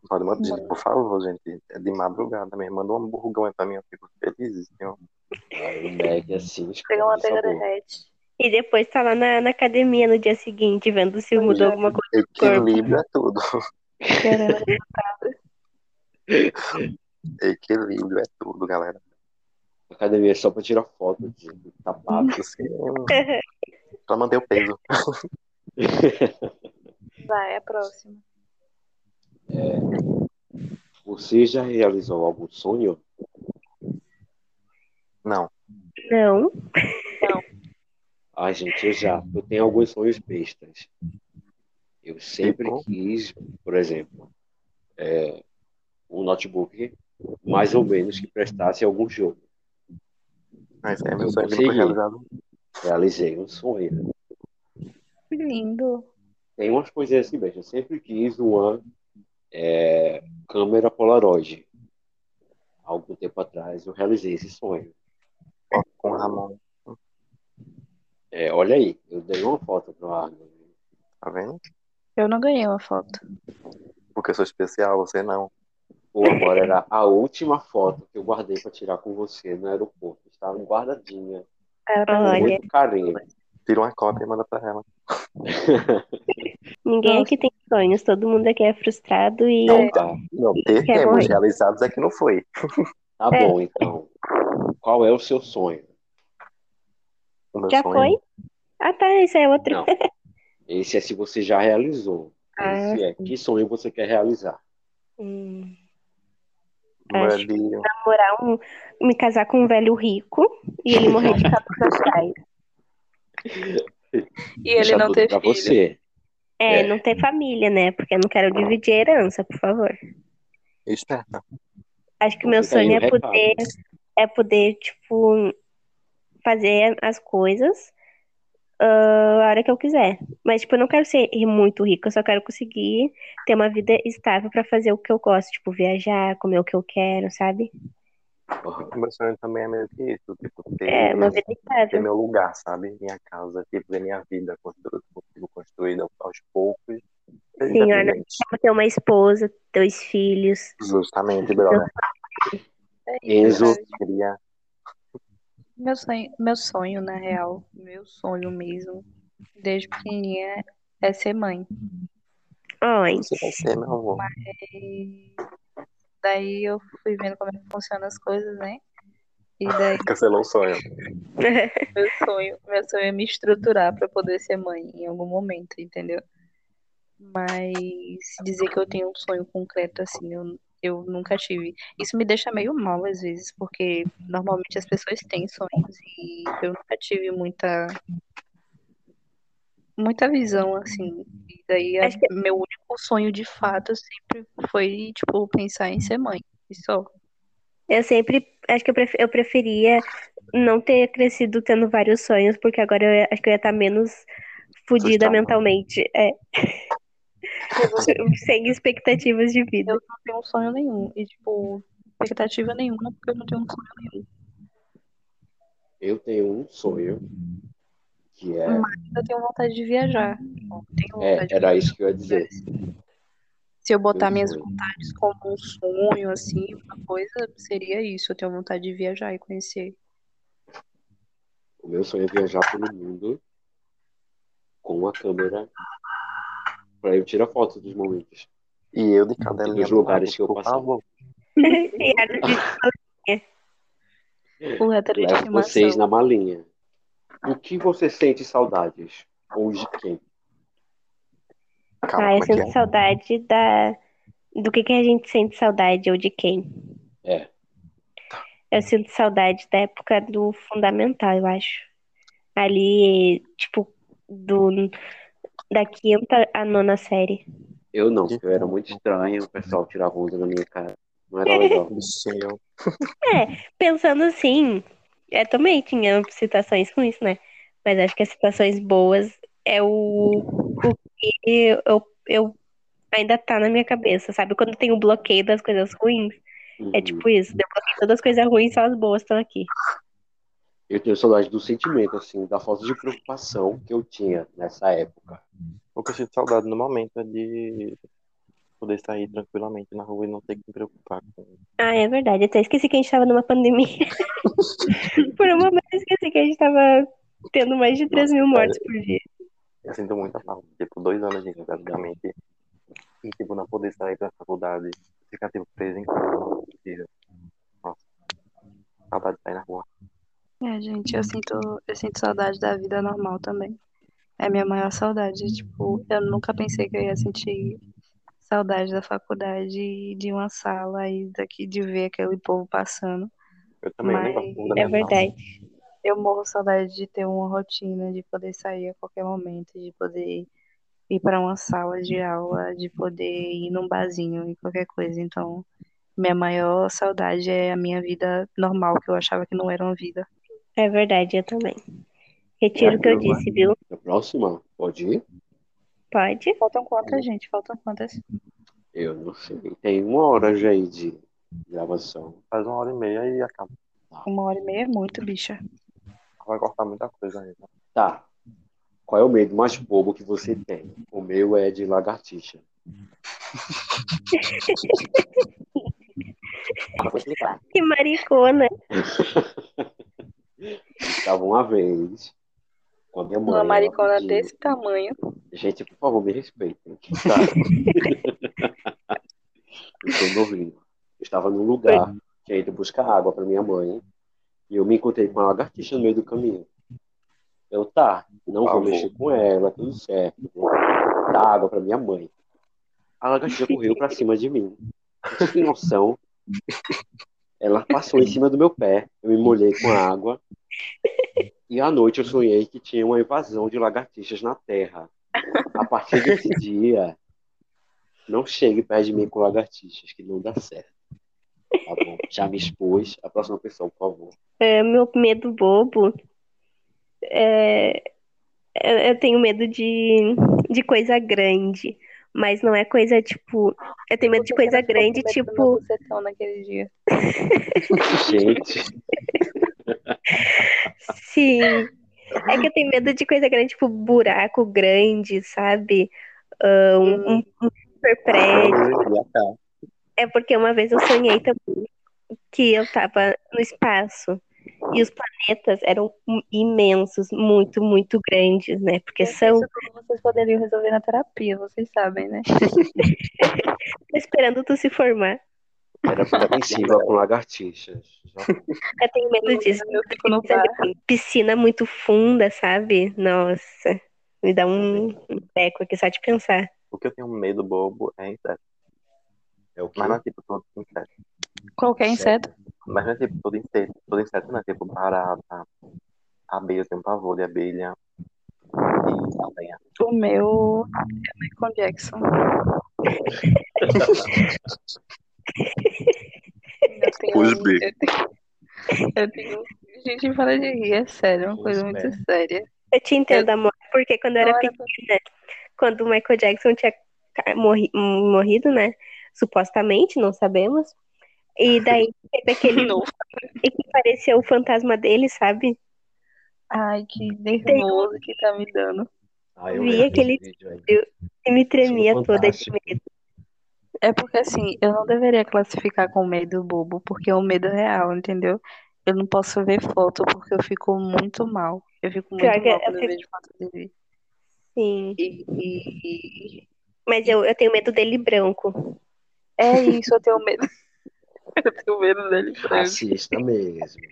C: Pode mandar, gente, por favor, gente. É de madrugada mesmo. Manda um hamburgão aí pra mim, eu fico feliz. assim, Senhor.
D: Ah, o Mac assim, esconde
A: Pega
D: o
A: uma manteiga
D: sabor.
A: derrete.
B: E depois tá lá na, na academia no dia seguinte, vendo se mudou alguma coisa.
C: Equilibra é tudo.
A: Querendo.
C: Equilíbrio é tudo, galera.
D: Academia é só pra tirar foto de tapado.
C: Assim, pra manter o peso.
A: Vai, é a próxima.
D: Você já realizou algum sonho?
C: Não.
B: Não.
D: Ai, gente, eu já. Eu tenho alguns sonhos bestas. Eu sempre
C: Tipo?
D: quis, por exemplo, é, um notebook mais ou menos que prestasse algum jogo.
C: Mas é meu
D: Eu
C: sonho que
D: consegui.
C: foi realizado.
D: Realizei um sonho.
A: Que lindo.
D: Tem umas coisinhas assim bestas. Eu sempre quis uma é, câmera Polaroid. Há algum tempo atrás eu realizei esse sonho.
C: com o Ramon,
D: É, olha aí, eu dei uma foto pro Arnold.
C: tá vendo?
A: Eu não ganhei uma foto.
C: Porque eu sou especial, você não.
D: Ou agora era a última foto que eu guardei para tirar com você no aeroporto. Estava guardadinha,
B: Ah,
A: Era pra
D: com
B: Olha.
D: muito carinho.
C: Tira uma cópia e manda pra ela.
B: Ninguém aqui tem sonhos, todo mundo aqui é frustrado e.
D: Então tá,
C: Não,
B: Quer
C: teremos
B: morrer.
C: realizados é que não foi.
D: tá
B: É.
D: bom então. Qual é o seu sonho?
C: O meu
B: Já
C: sonho.
B: foi? Ah, tá, isso é outro.
D: Não. Esse é se você já
A: Ah,
D: realizou. Esse é que sonho você quer realizar.
B: Hum. Acho.
C: Velho,
B: Namorar um, me casar com um velho rico e ele morrer de cabeça atrás.
E: E ele
D: Deixar
E: não
D: tudo
E: ter
D: pra
E: filho.
D: você.
B: É,
D: É.
B: não ter família, né? Porque eu não quero dividir a herança, por favor.
C: esperta.
B: Acho que
D: Então
B: meu
D: fica aí
B: sonho
D: o
B: é
D: recado.
B: poder, é poder, tipo, fazer as coisas ah, a hora que eu quiser. Mas, tipo, eu não quero ser muito rica, eu só quero conseguir ter uma vida estável pra fazer o que eu gosto, tipo, viajar, comer o que eu quero, sabe?
D: Aham.
C: Meu sonho também é meio que isso, tipo, ter,
B: É, uma vida
C: ter
B: estável.
C: meu lugar, sabe? Minha casa, tipo, ter minha vida constru- tipo, construída aos poucos, ser
B: Sim, olha,
C: independente.
B: Quero ter uma esposa, dois filhos.
C: Justamente, brother.
A: É isso,
D: Enzo,
A: sabe?
C: Queria
A: Meu sonho, meu sonho, na real, meu sonho mesmo, desde pequenininha, é ser mãe.
B: Oi.
C: você vai ser, meu amor.
A: E daí eu fui vendo como é que funcionam as coisas, né? E daí
C: Cancelou o sonho.
A: meu sonho, meu sonho é me estruturar pra poder ser mãe em algum momento, entendeu? Mas dizer que eu tenho um sonho concreto assim, eu, eu nunca tive. Isso me deixa meio mal às vezes, porque normalmente as pessoas têm sonhos e eu nunca tive muita muita visão assim. E daí a-
B: Acho que-
A: meu único sonho de fato sempre foi tipo pensar em ser mãe. E só.
B: Eu sempre, acho que eu, pref- eu preferia não ter crescido tendo vários sonhos, porque agora eu ia- acho que eu ia estar menos fodida
C: Assustada.
B: mentalmente, é,
A: Mas você
B: sem expectativas de vida.
A: Eu não tenho sonho nenhum. E, tipo, expectativa nenhuma, porque eu não tenho um sonho nenhum.
D: eu tenho um sonho que é,
A: Mas eu tenho vontade de viajar. Eu tenho
D: é,
A: vontade de
D: era isso que eu ia dizer.
A: Se eu botar
D: Meu
A: minhas
D: sonho.
A: vontades como um sonho, assim, uma coisa, seria isso. Eu tenho vontade de viajar e conhecer.
D: O meu sonho é viajar pelo mundo com uma câmera pra eu tirar foto dos momentos.
C: E eu de cadelinha
D: Dos lugares que eu
C: por
D: passava.
C: favor.
B: E era de-
A: O hétero de
D: Levo vocês na
A: estimação. malinha.
D: malinha. Do que você sente saudades? Ou de quem?
C: Calma,
B: Ah, eu
C: como é que é?
B: sinto saudade da... Do que que a gente sente saudade ou de quem?
D: É.
C: Tá.
B: Eu sinto saudade da época do fundamental, eu acho. Ali, tipo, do... da quinta à nona série.
D: Eu não, porque eu era muito estranho, o pessoal tirava onda na minha cara. Não era legal.
C: Bichinho.
B: Pensando assim, eu também tinha situações com isso, né? Mas acho que as situações boas é o, o que eu, eu ainda tá na minha cabeça, sabe? Quando tem o bloqueio das coisas ruins, é
D: Uhum.
B: tipo isso, eu bloqueio todas as coisas ruins, só as boas estão aqui.
D: Eu tenho saudade do sentimento, assim, da falta de preocupação que eu tinha nessa época.
C: O que eu sinto saudade no momento é de poder sair tranquilamente na rua e não ter que me preocupar com.
B: Ah, é verdade, eu até esqueci que a gente tava numa pandemia. Por um momento eu esqueci que a gente tava tendo mais de 3 mil mortes por dia.
C: Eu sinto muita falta. Tipo, dois anos de vida, praticamente. E, tipo, não poder sair da faculdade. Ficar, tipo, preso em casa. não podia. Nossa. Saudade de sair na rua.
D: né?
A: É, gente, eu sinto, eu sinto saudade da vida normal também. É a minha maior saudade. Tipo, eu nunca pensei que eu ia sentir saudade da faculdade, e de uma sala e daqui de ver aquele povo passando.
C: Eu também, eu
A: Mas
C: nem gosto muito da
B: É
C: minha sala.
B: verdade.
A: eu morro saudade de ter uma rotina, de poder sair a qualquer momento, de poder ir para uma sala de aula, de poder ir num barzinho e qualquer coisa. Então, minha maior saudade é a minha vida normal, que eu achava que não era uma vida.
B: É verdade, eu também. Retiro o que eu
D: Gabriela,
B: disse, viu?
D: a próxima? Pode ir?
B: Pode?
A: Faltam quantas, gente? Faltam quantas?
D: Eu não sei. Tem uma hora já aí de gravação.
C: Faz uma hora e meia e acaba.
A: Uma hora e meia é muito, bicha.
C: Vai cortar muita coisa ainda.
D: Tá. Qual é o medo mais bobo que você tem? O meu é de lagartixa.
C: Eu vou explicar.
B: Que maricona.
D: Tava uma vez com a minha mãe.
A: Uma
D: ela
A: maricona
D: pediu-
A: desse tamanho.
D: Gente, por favor, me respeitem. Tá.
C: Tá.
D: Eu sou novinho. Eu estava num lugar, tinha ido buscar água para minha mãe, e eu me encontrei com uma lagartixa no meio do caminho. Eu, tá, não
C: Por
D: vou
C: favor.
D: mexer com ela, tá tudo certo. Vou dar água para minha mãe. A lagartixa correu para cima de mim. Você tem noção Ela passou em cima do meu pé, eu me molhei com a água. E à noite eu sonhei que tinha uma invasão de lagartixas na Terra. A partir desse dia, não chegue perto de mim com lagartixas, que não dá certo. Tá bom? Já me expôs. A próxima pessoa, por favor.
B: É, meu medo bobo. é, eu eu tenho medo de, de coisa grande. Mas não é coisa tipo. Eu tenho medo de coisa grande, tipo.
A: Você tão naquele dia.
D: Gente,
B: Sim. É que eu tenho medo de coisa grande, tipo buraco grande, sabe? Ah,
A: Hum,
B: um, um um super prédio. É porque uma vez eu sonhei também que eu tava no espaço e os planetas eram imensos, muito, muito grandes, né? Porque são.
A: é Isso tudo vocês poderiam resolver na terapia, vocês sabem, né?
B: Tô esperando tu se formar.
D: era apreensiva com lagartixas. Já
B: Eu tenho medo disso.
A: Eu fico no bar.
B: Piscina muito funda, sabe? Nossa, me dá um um beco aqui só de pensar.
C: O que eu tenho medo bobo é inseto.
D: é o que
C: Mas não é tipo todo inseto.
A: Qualquer inseto.
C: Mas não é tipo todo inseto. Todo inseto não é tipo barata, abelha. Eu tenho pavor de abelha. E aranha.
A: O meu é Michael Jackson. Eu tenho-
C: Os bicos.
A: Eu tenho. um Gente, para de rir, é sério, é uma coisa muito séria.
B: Eu te entendo, amor, porque quando eu era
A: Não era pra-
B: pequena, quando o Michael Jackson tinha ca- morri- hum, morrido, né? Supostamente, não sabemos. E daí teve aquele
A: Não.
B: e que parecia o fantasma dele, sabe?
A: Ai, que nervoso que tá me dando.
D: Ah, eu
B: Vi
D: lembro
B: aquele-
D: desse vídeo aí.
B: E me tremia toda de
D: fantástico.
B: medo.
A: É porque assim, eu não deveria classificar com medo bobo, porque é um medo real, entendeu? Eu não posso ver foto porque eu fico muito mal. Eu fico muito
B: Pior que
A: mal
B: eu
A: quando eu
B: fico-
A: vejo foto dele.
B: Sim.
A: é E, e- e-
B: Mas eu, eu tenho medo dele branco.
A: É isso, eu tenho medo. Eu tenho medo dele branco.
D: Racista mesmo.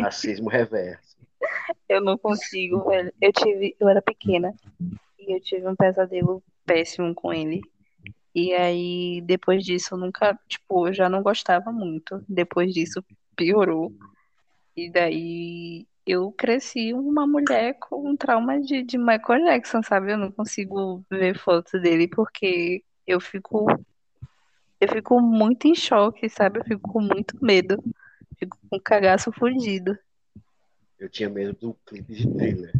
D: Racismo reverso.
A: Eu não consigo, velho. Eu tive, eu era pequena e eu tive um pesadelo péssimo com ele. E aí, depois disso, eu nunca, tipo, eu já não gostava muito. Depois disso, piorou. E daí, eu cresci uma mulher com um trauma de, de Michael Jackson, sabe? Eu não consigo ver fotos dele porque eu fico, eu fico muito em choque, sabe? Eu fico com muito medo. Fico com um cagaço fudido.
D: Eu tinha medo do clipe de thriller.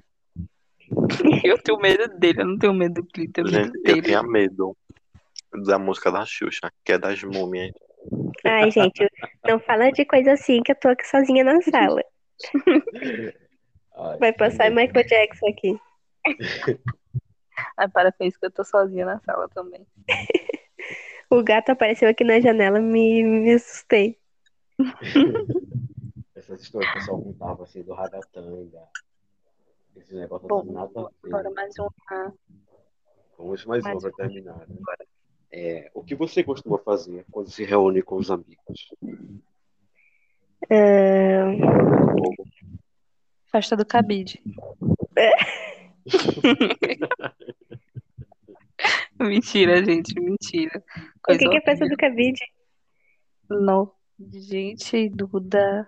A: Eu tenho medo dele, eu não tenho medo do clipe, eu tenho medo
C: Gente, É, eu
A: dele.
C: tinha medo da música da Xuxa, que é das múmias.
B: Ai, gente, eu- não fala de coisa assim que eu tô aqui sozinha na sala.
D: Ai,
B: Vai passar
D: meu
B: Michael Jackson aqui.
A: Ai, para com isso que eu tô sozinha na sala também.
B: O gato apareceu aqui na janela, me, me assustei.
D: Essas histórias que o pessoal contava assim do Ragatanga. Esses negócios
A: Bom,
D: assim, nada a ver.
A: agora mais um. uma.
D: Vamos mais uma
A: mais
D: pra
A: um.
D: terminar, né? É, o que você costuma fazer quando se reúne com os amigos?
B: Ahn,
A: Festa do cabide. É. mentira, gente, mentira.
B: o
A: Coisa
B: que, que é festa
A: horrível.
B: do cabide?
A: Não. Gente, Duda.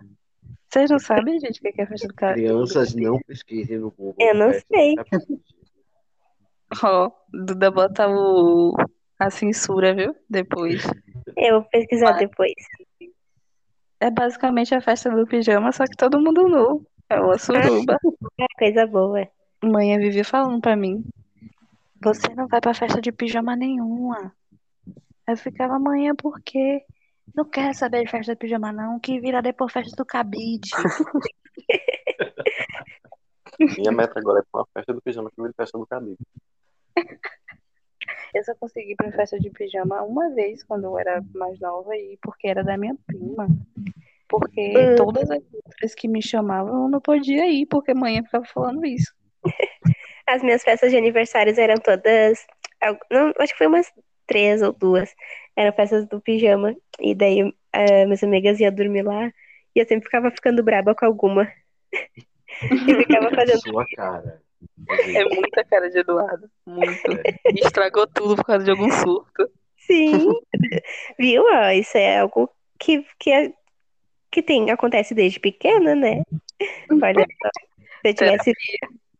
A: Vocês não sabem, gente, o que é festa do cabide?
D: Crianças não pesquisem no Google. tá
B: Eu não
D: festa
B: sei.
D: do cabide.
A: Ó, Duda bota o... a censura, viu? Depois.
B: Eu vou pesquisar
A: Vai.
B: depois.
A: É basicamente a festa do pijama, só que todo mundo nu. É uma suruba.
B: Ah, coisa boa.
A: Mãe vivia falando pra mim: Você não vai pra festa de pijama nenhuma. Eu ficava, mãe, é por quê? Não quero saber de festa de pijama, não, que vira depois festa do cabide.
C: Minha meta agora é pra uma festa do pijama que vira festa do cabelo.
A: Eu só consegui ir pra festa de pijama uma vez quando eu era mais nova e porque era da minha prima. Porque
B: Hum.
A: todas as outras que me chamavam eu não podia ir, porque mãe ficava falando isso.
B: As minhas festas de aniversários eram todas. al- Não, acho que foi umas três ou duas. Eram festas do pijama. E daí ah, minhas amigas iam dormir lá. E eu sempre ficava ficando braba com alguma. E ficava
D: É
B: fazendo.
D: sua cara.
A: É muita cara de Eduardo, muito. Estragou tudo por causa de algum surto.
B: Sim! Viu? Ó, Ah, Isso é algo que, que, que tem, acontece desde pequena, né? Olha só. Se eu tivesse,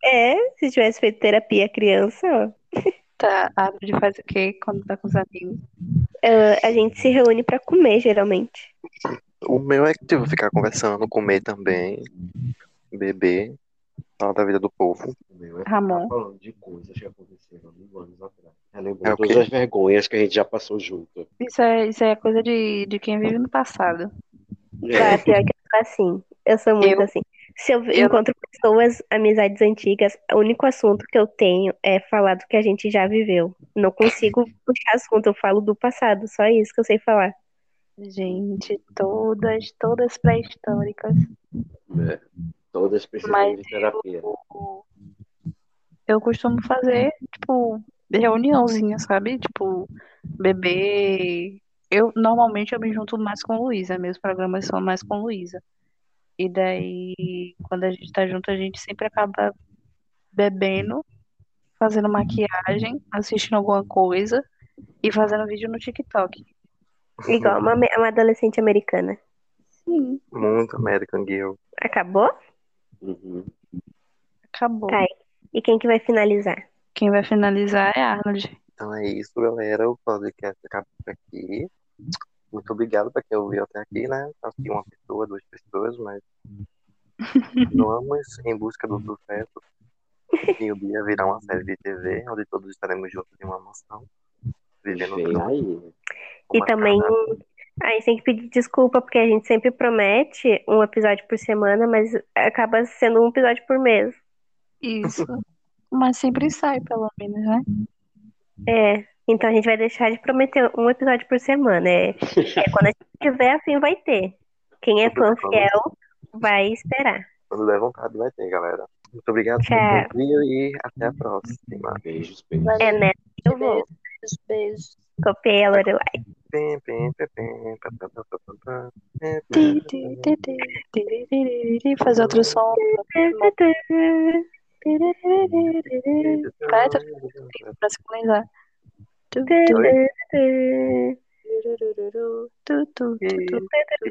B: é, se eu tivesse feito terapia criança, ó,
A: Tá, a Abre faz o quê quando tá com os amigos?
B: ah, a gente se reúne pra comer, geralmente.
C: O meu é que tipo, ficar conversando, comer também, beber, falar da vida do povo.
D: O meu é
A: Ramon.
D: ficar falando de coisas que aconteceram há mil anos atrás.
C: É
D: Relembrando
C: o
D: todas
C: quê?
D: as vergonhas que a gente já passou junto.
A: Isso é, isso é coisa de, de quem vive no passado.
B: Ah,
D: É,
B: pior que eu sou assim. Eu sou muito
A: Eu-
B: assim. Se eu
A: eu-
B: encontro pessoas, amizades antigas, o único assunto que eu tenho é falar do que a gente já viveu. Não consigo puxar assunto, eu falo do passado, só isso que eu sei falar.
A: Gente, todas, todas pré-históricas.
D: É. Todas precisam
A: Mas
D: de terapia.
A: eu, eu costumo fazer, tipo, reuniãozinha, sabe? Tipo, beber. Eu normalmente eu me junto mais com Luísa, meus programas são mais com Luísa. E daí, quando a gente tá junto, a gente sempre acaba bebendo, fazendo maquiagem, assistindo alguma coisa e fazendo vídeo no TikTok.
B: Igual uma, me- uma adolescente americana.
A: Sim,
C: Muito American Girl.
B: Acabou?
D: Uhum.
A: acabou.
B: Tá. E quem que vai finalizar?
A: Quem vai finalizar é Arnold.
C: Então é isso, galera. O podcast acaba por aqui. Muito obrigado pra quem ouviu até aqui, né? Acho que uma pessoa, duas pessoas, mas continuamos em busca do sucesso. E o dia virá uma série de TV, onde todos estaremos juntos em uma mansão, vivendo
D: Vem aí.
B: E
C: uma
B: também
C: casa.
B: a gente tem que pedir desculpa, porque a gente sempre promete um episódio por semana, mas acaba sendo um episódio por mês.
A: Isso. Mas sempre sai, pelo menos, né?
B: É, então a gente vai deixar de prometer um episódio por semana. É, é quando a gente tiver afim, vai ter. Quem é fã fiel vai esperar. É,
C: Quando der vontade, vai ter, galera. Muito obrigado por
B: Tchau.
C: ouvir e até a próxima.
D: Beijos, beijos.
B: É nessa que eu vou.
A: Beijos, beijos.
B: Copiei a Lorelai.
C: Pim, pim, pim, pim, pá, pá, pá, pá, pá, pá.
A: Ti,
C: Pim, pim, pá,
A: ti,
C: pá, pá.
A: ti, ti, ti, ti, ti, ti, ti, ti. Fazer outro som. Vai, tá pra sincronizar. Tu, tu, tu, tu, tu, tu, tu, tu.